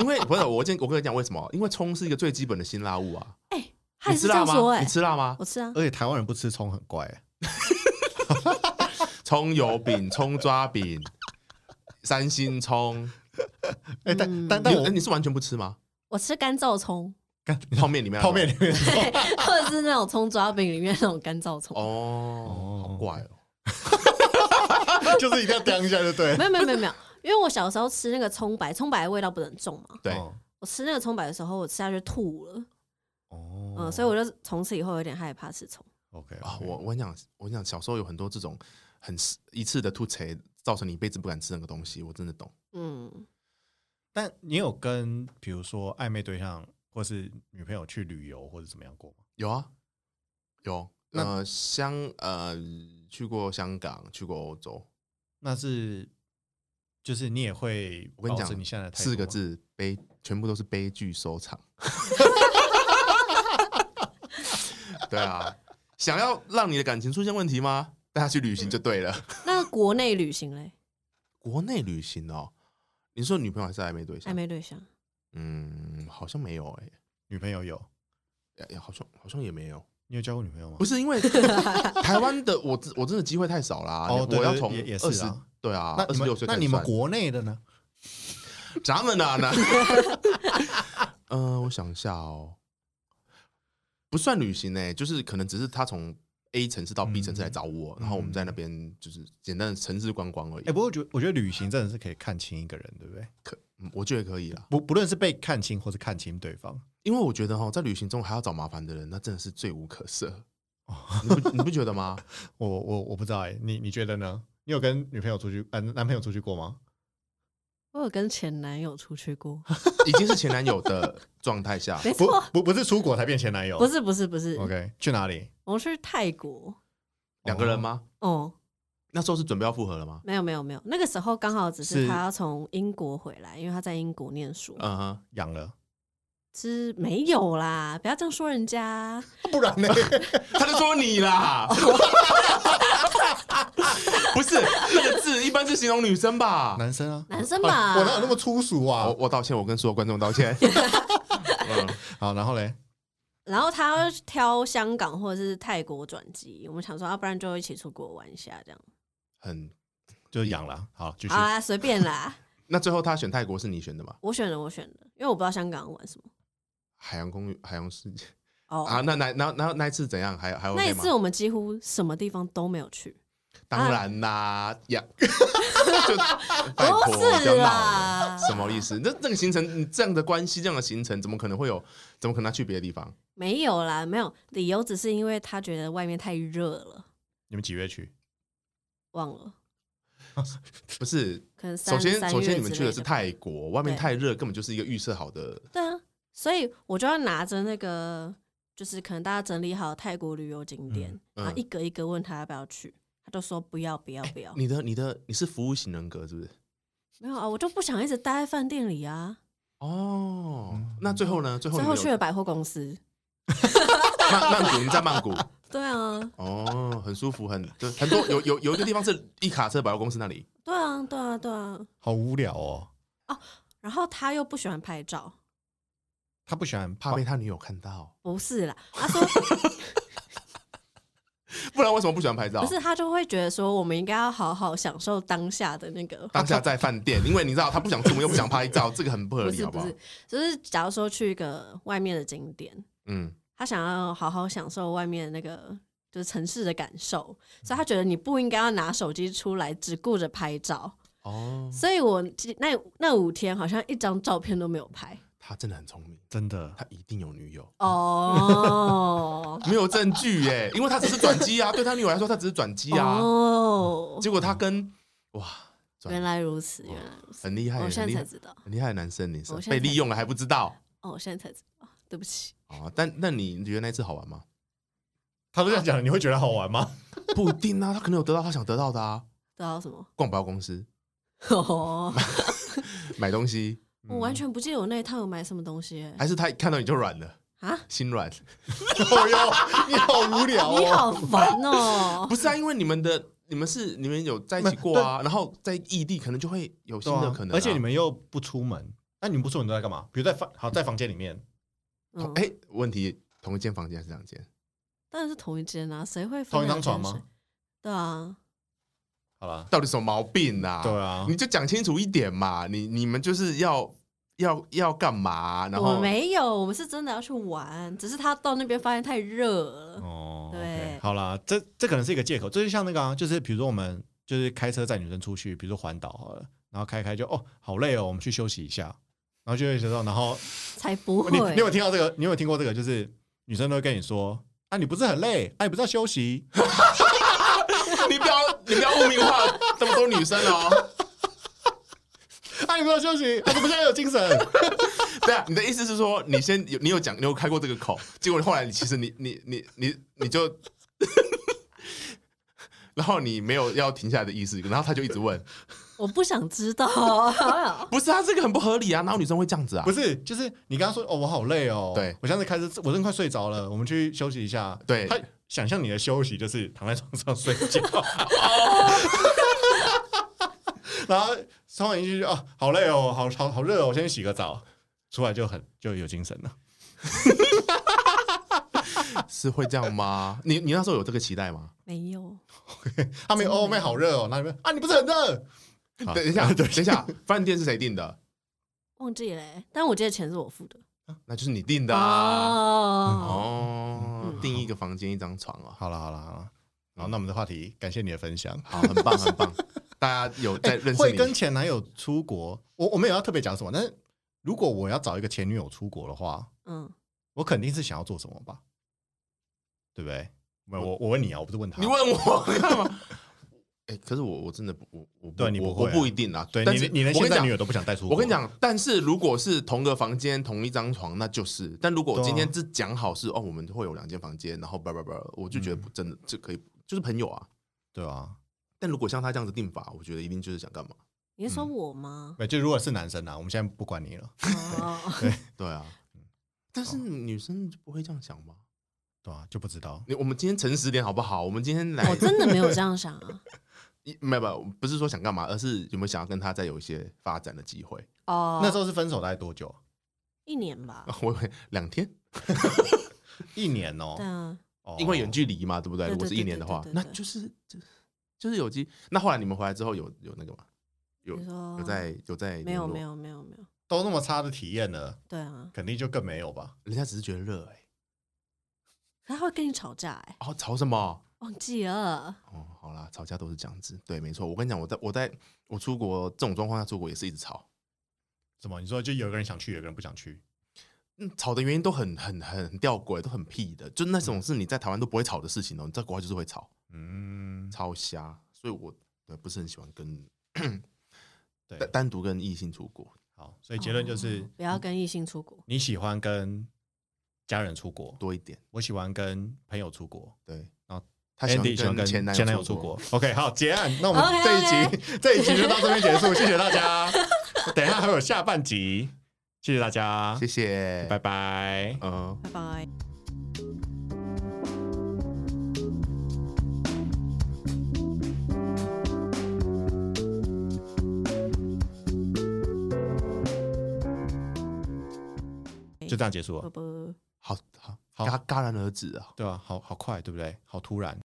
[SPEAKER 2] 因为不是我今天我跟你讲为什么？因为葱是一个最基本的辛辣物啊。
[SPEAKER 3] 他也
[SPEAKER 2] 你
[SPEAKER 3] 是
[SPEAKER 2] 吃
[SPEAKER 3] 这样
[SPEAKER 2] 辣
[SPEAKER 3] 说
[SPEAKER 2] 吗？
[SPEAKER 3] 哎、
[SPEAKER 2] 你吃辣吗？
[SPEAKER 3] 我吃啊，
[SPEAKER 1] 而且台湾人不吃葱很怪、欸，
[SPEAKER 2] 葱油饼、葱抓饼、三星葱，
[SPEAKER 1] 哎、但、
[SPEAKER 3] 嗯
[SPEAKER 1] 但
[SPEAKER 2] 但
[SPEAKER 1] 但
[SPEAKER 2] 我
[SPEAKER 1] 我
[SPEAKER 2] 你是完全不吃吗？
[SPEAKER 3] 我吃干燥葱，
[SPEAKER 2] 泡面里面
[SPEAKER 1] 泡面里面
[SPEAKER 3] 对，或者是那种葱抓饼里面那种干燥葱。
[SPEAKER 2] 哦，
[SPEAKER 1] 哦
[SPEAKER 2] 好怪哦。
[SPEAKER 1] 就是一定要当一下就对了。
[SPEAKER 3] 没有没有没有没有，因为我小时候吃那个葱白，葱白的味道不能重嘛。
[SPEAKER 2] 对，
[SPEAKER 1] 哦，
[SPEAKER 3] 我吃那个葱白的时候，我吃下去吐了，
[SPEAKER 1] 哦
[SPEAKER 3] 嗯，所以我就从此以后有点害怕吃葱。
[SPEAKER 1] OK
[SPEAKER 2] 啊，
[SPEAKER 1] OK
[SPEAKER 2] 我我跟你讲，我跟你讲，小时候有很多这种很一次的吐槽，造成你一辈子不敢吃那个东西，我真的懂。
[SPEAKER 3] 嗯，
[SPEAKER 1] 但你有跟比如说暧昧对象或是女朋友去旅游或者怎么样过吗？
[SPEAKER 2] 有啊，有。
[SPEAKER 1] 那
[SPEAKER 2] 呃，香呃，去过香港，去过欧洲，
[SPEAKER 1] 那是就是你也会
[SPEAKER 2] 我跟你
[SPEAKER 1] 保持
[SPEAKER 2] 讲
[SPEAKER 1] 你现在的态度
[SPEAKER 2] 四个
[SPEAKER 1] 吗，
[SPEAKER 2] 字悲，全部都是悲剧 收场。对啊，想要让你的感情出现问题吗？带他去旅行就对了。
[SPEAKER 3] 那国内旅行嘞，
[SPEAKER 2] 国内旅行哦，你说女朋友还是暧昧对象？
[SPEAKER 3] 暧昧对象，
[SPEAKER 2] 嗯，好像没有哎、
[SPEAKER 1] 女朋友有，
[SPEAKER 2] 哎哎好像好像也没有。
[SPEAKER 1] 你有交过女朋友吗？
[SPEAKER 2] 不是因为台湾的我真我真的机会太少啦，
[SPEAKER 1] 哦对
[SPEAKER 2] 我要
[SPEAKER 1] 对
[SPEAKER 2] 从
[SPEAKER 1] 也也是
[SPEAKER 2] 二十
[SPEAKER 1] 啊
[SPEAKER 2] 对啊，
[SPEAKER 1] 那
[SPEAKER 2] 二
[SPEAKER 1] 你
[SPEAKER 2] 十
[SPEAKER 1] 们
[SPEAKER 2] 六岁
[SPEAKER 1] 那
[SPEAKER 2] 开始
[SPEAKER 1] 你们
[SPEAKER 2] 算
[SPEAKER 1] 国内的呢？
[SPEAKER 2] 咱们呢？ 呢？嗯，我想一下哦，不算旅行呢、欸就是可能只是他从 A 城市到 B
[SPEAKER 3] 嗯
[SPEAKER 2] 城市来找我，然后我们在那边就是简单的城市观光而已。
[SPEAKER 1] 哎、不过我觉得我觉得旅行真的是可以看清一个人，对不对？
[SPEAKER 2] 可嗯我觉得可以啦，
[SPEAKER 1] 不不论是被看清或是看清对方，
[SPEAKER 2] 因为我觉得哈，在旅行中还要找麻烦的人，那真的是罪无可赦。
[SPEAKER 3] 哦
[SPEAKER 2] 你不你不觉得 吗？
[SPEAKER 1] 我我我不知道哎、你你觉得呢？你有跟女朋友出去，呃，男朋友出去过吗？
[SPEAKER 3] 我有跟前男友出去 过，
[SPEAKER 2] 已经是前男友的状态下，
[SPEAKER 3] 没
[SPEAKER 1] 不
[SPEAKER 3] 错，
[SPEAKER 1] 不不是出国才变前男友，
[SPEAKER 3] 不是不是不是，
[SPEAKER 1] OK 去哪里？
[SPEAKER 3] 我们去泰国，
[SPEAKER 2] 两个人吗？
[SPEAKER 3] 哦，
[SPEAKER 2] 那时候是准备要复合了吗？
[SPEAKER 3] 没有没有没有，那个时候刚好只
[SPEAKER 1] 是
[SPEAKER 3] 是他要从英国回来，因为他在英国念书，
[SPEAKER 2] 嗯哼，
[SPEAKER 1] 养了，
[SPEAKER 3] 是没有啦，不要这样说人家，
[SPEAKER 2] 啊
[SPEAKER 1] 不然呢？
[SPEAKER 2] 他就说你啦， 不是那个字，一般是形容女生吧？
[SPEAKER 1] 男生啊，
[SPEAKER 3] 男生吧，
[SPEAKER 1] 我哪有那么粗俗啊
[SPEAKER 2] 我？我道歉，我跟所有观众道歉。 嗯，
[SPEAKER 1] 好，然后嘞，
[SPEAKER 3] 然后他挑香港或者是泰国转机，我们想说，啊要不然就一起出国玩一下这样。
[SPEAKER 2] 很。
[SPEAKER 1] 就养了。好，继续
[SPEAKER 3] 好。啦，随便啦，
[SPEAKER 2] 那最后他选泰国是你选的吗？
[SPEAKER 3] 我选的我选的，因为我不知道香港玩什么。
[SPEAKER 2] 海洋公寓、海洋世界
[SPEAKER 3] 哦，
[SPEAKER 2] 啊？那那那那那一次怎样？还还 OK 吗？
[SPEAKER 3] 那一次我们几乎什么地方都没有去，
[SPEAKER 2] 当然
[SPEAKER 3] 啊
[SPEAKER 2] 啦，呀，就拜托
[SPEAKER 3] 不是
[SPEAKER 2] 不要闹
[SPEAKER 3] 啦
[SPEAKER 2] 了，什么意思？那这个行程，你这样的关系，这样的行程，怎么可能会有？怎么可能他去别的地方？
[SPEAKER 3] 没有啦，没有理由，只是因为他觉得外面太热了，
[SPEAKER 1] 你们几月去？
[SPEAKER 3] 忘了，
[SPEAKER 2] 不是，
[SPEAKER 3] 可能
[SPEAKER 2] 首
[SPEAKER 3] 三
[SPEAKER 2] 先
[SPEAKER 3] 三
[SPEAKER 2] 首
[SPEAKER 3] 月
[SPEAKER 2] 先你们
[SPEAKER 3] 之
[SPEAKER 2] 去的
[SPEAKER 3] 类
[SPEAKER 2] 是
[SPEAKER 3] 吧
[SPEAKER 2] 泰国，外面
[SPEAKER 3] 对
[SPEAKER 2] 太热，根本就是一个预设好的。
[SPEAKER 3] 对啊，所以我就要拿着那个，就是可能大家整理好泰国旅游景点，
[SPEAKER 2] 嗯哎
[SPEAKER 3] 然后一个一个问他要不要去，他就说不要不要不要，
[SPEAKER 2] 你的你的你是服务型人格是不是？
[SPEAKER 3] 没有啊，我就不想一直待在饭店里啊。
[SPEAKER 2] 哦
[SPEAKER 1] 嗯，
[SPEAKER 2] 那最后呢？最后
[SPEAKER 3] 最
[SPEAKER 2] 你
[SPEAKER 3] 后
[SPEAKER 2] 们
[SPEAKER 3] 去
[SPEAKER 2] 有
[SPEAKER 3] 了百货公司。
[SPEAKER 2] 曼曼谷，你在曼谷
[SPEAKER 3] 对啊，
[SPEAKER 2] 哦，很舒服，很就很多有有有一个地方是一卡车百货公司那里，
[SPEAKER 3] 对啊，对啊，对啊，
[SPEAKER 1] 好无聊哦。
[SPEAKER 3] 然后他又不喜欢拍照，
[SPEAKER 1] 他不喜欢
[SPEAKER 2] 怕被他女友看到，
[SPEAKER 3] 不是啦，他说
[SPEAKER 2] 不然为什么不喜欢拍照
[SPEAKER 3] 不？是，他就会觉得说我们应该要好好享受当下的那个。
[SPEAKER 2] 当下在饭店，因为你知道他不想出门又不想拍照，这个很不合
[SPEAKER 3] 不
[SPEAKER 2] 理，
[SPEAKER 3] 是
[SPEAKER 2] 好
[SPEAKER 3] 不
[SPEAKER 2] 好
[SPEAKER 3] 是？，就是假如说去一个外面的景点，
[SPEAKER 2] 嗯，
[SPEAKER 3] 他想要好好享受外面那个就是城市的感受，所以他觉得你不应该要拿手机出来只顾着拍照。
[SPEAKER 2] 哦，
[SPEAKER 3] 所以我记那那五天好像一张照片都没有拍
[SPEAKER 2] 他真的很聪明，
[SPEAKER 1] 真的
[SPEAKER 2] 他一定有女友，
[SPEAKER 3] 哦
[SPEAKER 2] 没有证据 耶，因为他只是转机啊，对他女友来说，他只是转机啊，
[SPEAKER 3] 哦，
[SPEAKER 2] 结果他跟哇，转
[SPEAKER 3] 原来如此，原来如此，哦
[SPEAKER 2] 很厉害，
[SPEAKER 3] 我现
[SPEAKER 2] 很
[SPEAKER 3] 在
[SPEAKER 2] 厉
[SPEAKER 3] 才
[SPEAKER 2] 害，
[SPEAKER 3] 知道，
[SPEAKER 2] 很厉害的男生，你是
[SPEAKER 3] 我现在
[SPEAKER 2] 被
[SPEAKER 3] 才
[SPEAKER 2] 利用了还不知道
[SPEAKER 3] 哦，我现在才知道，对不起，
[SPEAKER 2] 啊？但那你觉得那次好玩吗？
[SPEAKER 1] 他都这样讲了，你会觉得好玩吗？
[SPEAKER 2] 不一定啊，他可能有得到他想得到的啊，
[SPEAKER 3] 知道什么？
[SPEAKER 2] 逛百货公司
[SPEAKER 3] 哦，
[SPEAKER 2] 买东西，
[SPEAKER 1] 嗯
[SPEAKER 3] 我完全不记得我那一趟有买什么东西耶
[SPEAKER 2] 还是他一看到你就软了，
[SPEAKER 3] 啊！
[SPEAKER 2] 心软？
[SPEAKER 1] 哦哟，你好无聊
[SPEAKER 3] 你
[SPEAKER 1] 哦。
[SPEAKER 3] 好烦哦！
[SPEAKER 2] 不是啊，因为你们的你们是你们有在一起过啊，然后在异地可能就会有新
[SPEAKER 1] 对啊
[SPEAKER 2] 的可能啊，
[SPEAKER 1] 而且你们又不出门，那你们不出门都在干嘛？比如在房好在房间里面，
[SPEAKER 3] 嗯
[SPEAKER 2] 哎，问题同一间房间还是两间？
[SPEAKER 3] 当然是同一间啊，谁会分
[SPEAKER 1] 同一张
[SPEAKER 3] 两
[SPEAKER 1] 床
[SPEAKER 3] 间
[SPEAKER 1] 吗
[SPEAKER 3] 睡？对啊，
[SPEAKER 1] 好了，
[SPEAKER 2] 到底什么毛病啊？
[SPEAKER 1] 对啊
[SPEAKER 2] 你，就讲清楚一点嘛，你你们就是要要要干嘛？啊然
[SPEAKER 3] 我
[SPEAKER 2] 后
[SPEAKER 3] 们没有，我们是真的要去玩，只是他到那边发现太热了。
[SPEAKER 1] 哦
[SPEAKER 3] 对
[SPEAKER 1] OK，好啦，这这可能是一个借口，这就像那个啊，就是比如说我们就是开车载女生出去，比如说环岛好了，然后开开就哦好累哦，我们去休息一下，然后就会觉得，然后
[SPEAKER 3] 才不会
[SPEAKER 1] 哦你你有听到这个？你有听过这个？就是女生都会跟你说啊，你不是很累？啊，你不是要休息？
[SPEAKER 2] 你不要你不要污名化这么多女生哦。
[SPEAKER 1] 啊，你不是要休息？ 啊，怎么现在有精神？
[SPEAKER 2] 对啊，你的意思是说，你先有你有讲，你有开过这个口，结果后来你其实你你你你你就，然后你没有要停下来的意思，然后他就一直问，
[SPEAKER 3] 我不想知道。
[SPEAKER 2] 不是啊，这个很不合理啊，哪有女生会这样子啊
[SPEAKER 1] 不？是，就是你刚刚说哦，我好累哦，
[SPEAKER 2] 对
[SPEAKER 1] 我现在开始，我真的快睡着了，我们去休息一下。
[SPEAKER 2] 对
[SPEAKER 1] 他想象你的休息就是躺在床上睡 觉。然后冲完一句哦，好累哦，好好好热哦，我先去洗个澡，出来就很就有精神了。
[SPEAKER 2] 啊是会这样吗？你你那时候有这个期待吗？
[SPEAKER 3] 没有，
[SPEAKER 1] 他们哦，妹好热哦，那你们啊，你不是很热？好
[SPEAKER 2] 等 一下，啊等一下，饭店是谁定的？
[SPEAKER 3] 忘记了欸、但我记得钱是我付的。
[SPEAKER 2] 那就是你定的啊。
[SPEAKER 3] 哦，
[SPEAKER 2] 哦
[SPEAKER 3] 嗯，
[SPEAKER 2] 订一个房间一张床啊，
[SPEAKER 1] 好了好了好了，好，那我们的话题，感谢你的分享。哎
[SPEAKER 2] 好，很 棒很棒，大家有在认识
[SPEAKER 1] 会
[SPEAKER 2] 你，
[SPEAKER 1] 跟前男友出国，我我没有要特别讲什么，但是如果我要找一个前女友出国的话，
[SPEAKER 3] 嗯，
[SPEAKER 1] 我肯定是想要做什么吧，对不对？没有，我我问你啊，我不是问他，
[SPEAKER 2] 你问 我干嘛？哎，可是我我真的不我我
[SPEAKER 1] 对你
[SPEAKER 2] 我
[SPEAKER 1] 不会
[SPEAKER 2] 我
[SPEAKER 1] 啊
[SPEAKER 2] 不一定啊，
[SPEAKER 1] 对
[SPEAKER 2] 但
[SPEAKER 1] 你
[SPEAKER 2] 是
[SPEAKER 1] 连你连
[SPEAKER 2] 我跟
[SPEAKER 1] 现
[SPEAKER 2] 你
[SPEAKER 1] 在
[SPEAKER 2] 讲
[SPEAKER 1] 女友都不想带出国，
[SPEAKER 2] 我跟你，讲，但是如果是同个房间、同一张床，那就是；但如果我今天只讲好
[SPEAKER 1] 啊
[SPEAKER 2] 是、哦，我们会有两间房间，然后叭叭叭，我就觉
[SPEAKER 1] 嗯
[SPEAKER 2] 得不真的这可以，就是朋友啊。
[SPEAKER 1] 对啊，
[SPEAKER 2] 但如果像他这样子定法，我觉得一定就是想干嘛？
[SPEAKER 3] 你是说我吗？
[SPEAKER 1] 对，就如果是男生啊，我们现在不管你了，
[SPEAKER 3] 哦，
[SPEAKER 2] 对啊，但是女生就不会这样想吗？
[SPEAKER 1] 对啊，就不知道，
[SPEAKER 2] 你我们今天诚实点好不好？我们今天来，
[SPEAKER 1] 哦
[SPEAKER 3] 我真的没有这样想啊。
[SPEAKER 2] 一没有没有，不是说想干嘛，而是有没有想要跟他再有一些发展的机会？
[SPEAKER 3] 哦，
[SPEAKER 1] 那时候是分手大概多久？
[SPEAKER 3] 一年吧。
[SPEAKER 2] 我以为两天，
[SPEAKER 1] 一年哦
[SPEAKER 3] 对，啊，
[SPEAKER 1] 哦
[SPEAKER 2] 因为远距离嘛，对不对？
[SPEAKER 3] 对对
[SPEAKER 2] 如果是一年的话，
[SPEAKER 3] 对对对
[SPEAKER 2] 那
[SPEAKER 3] 对对
[SPEAKER 2] 就是就就是有机。那后来你们回来之后有有那个吗？有
[SPEAKER 3] 你说呃
[SPEAKER 2] 有在有在
[SPEAKER 3] 没有
[SPEAKER 2] 联络
[SPEAKER 3] 没，有没有没有，
[SPEAKER 1] 都那么差的体验了，
[SPEAKER 3] 对啊，
[SPEAKER 1] 肯定就更没有吧？
[SPEAKER 2] 人家只是觉得热哎、
[SPEAKER 3] 他会跟你吵架哎、
[SPEAKER 2] 哦，吵什么？
[SPEAKER 3] 忘记了。
[SPEAKER 2] 哦，好啦，吵架都是这样子，对，没错。我跟你讲，我在我在我出国这种状况下出国也是一直吵，
[SPEAKER 1] 什么？你说就有一个人想去，有一个人不想去，
[SPEAKER 2] 嗯，吵的原因都很很很吊诡，都很屁的，就那种是你在台湾都不会吵的事情哦，你在国外就是会吵，
[SPEAKER 1] 嗯，
[SPEAKER 2] 超瞎。所以我对不是很喜欢跟
[SPEAKER 1] 对
[SPEAKER 2] 单，单独跟异性出国，
[SPEAKER 1] 好，所以结论就是
[SPEAKER 3] 哦不要跟异性出国。
[SPEAKER 1] 你喜欢跟家人出国，
[SPEAKER 2] 多一点，
[SPEAKER 1] 我喜欢跟朋友出国。
[SPEAKER 2] 对。
[SPEAKER 1] 然后
[SPEAKER 2] 他喜
[SPEAKER 1] 哦 Andy 喜欢跟
[SPEAKER 2] 欢跟前
[SPEAKER 1] 前男
[SPEAKER 2] 男
[SPEAKER 1] 友
[SPEAKER 2] 友
[SPEAKER 1] 出
[SPEAKER 2] 出
[SPEAKER 1] 国
[SPEAKER 2] 国，。
[SPEAKER 1] OK，好，结案。那我们这一集 这一集就到这边结束，谢谢大家。 等一下还有下半集，谢谢大家，
[SPEAKER 2] 谢谢，
[SPEAKER 1] 啊拜拜。
[SPEAKER 2] 嗯。
[SPEAKER 3] 拜拜。
[SPEAKER 1] 就
[SPEAKER 3] 哦
[SPEAKER 1] 这样结束了
[SPEAKER 3] 啵，啵。
[SPEAKER 2] 好好
[SPEAKER 1] 好
[SPEAKER 2] 戛戛然而止啊！
[SPEAKER 1] 对吧、啊？好好快，对不对？好突然。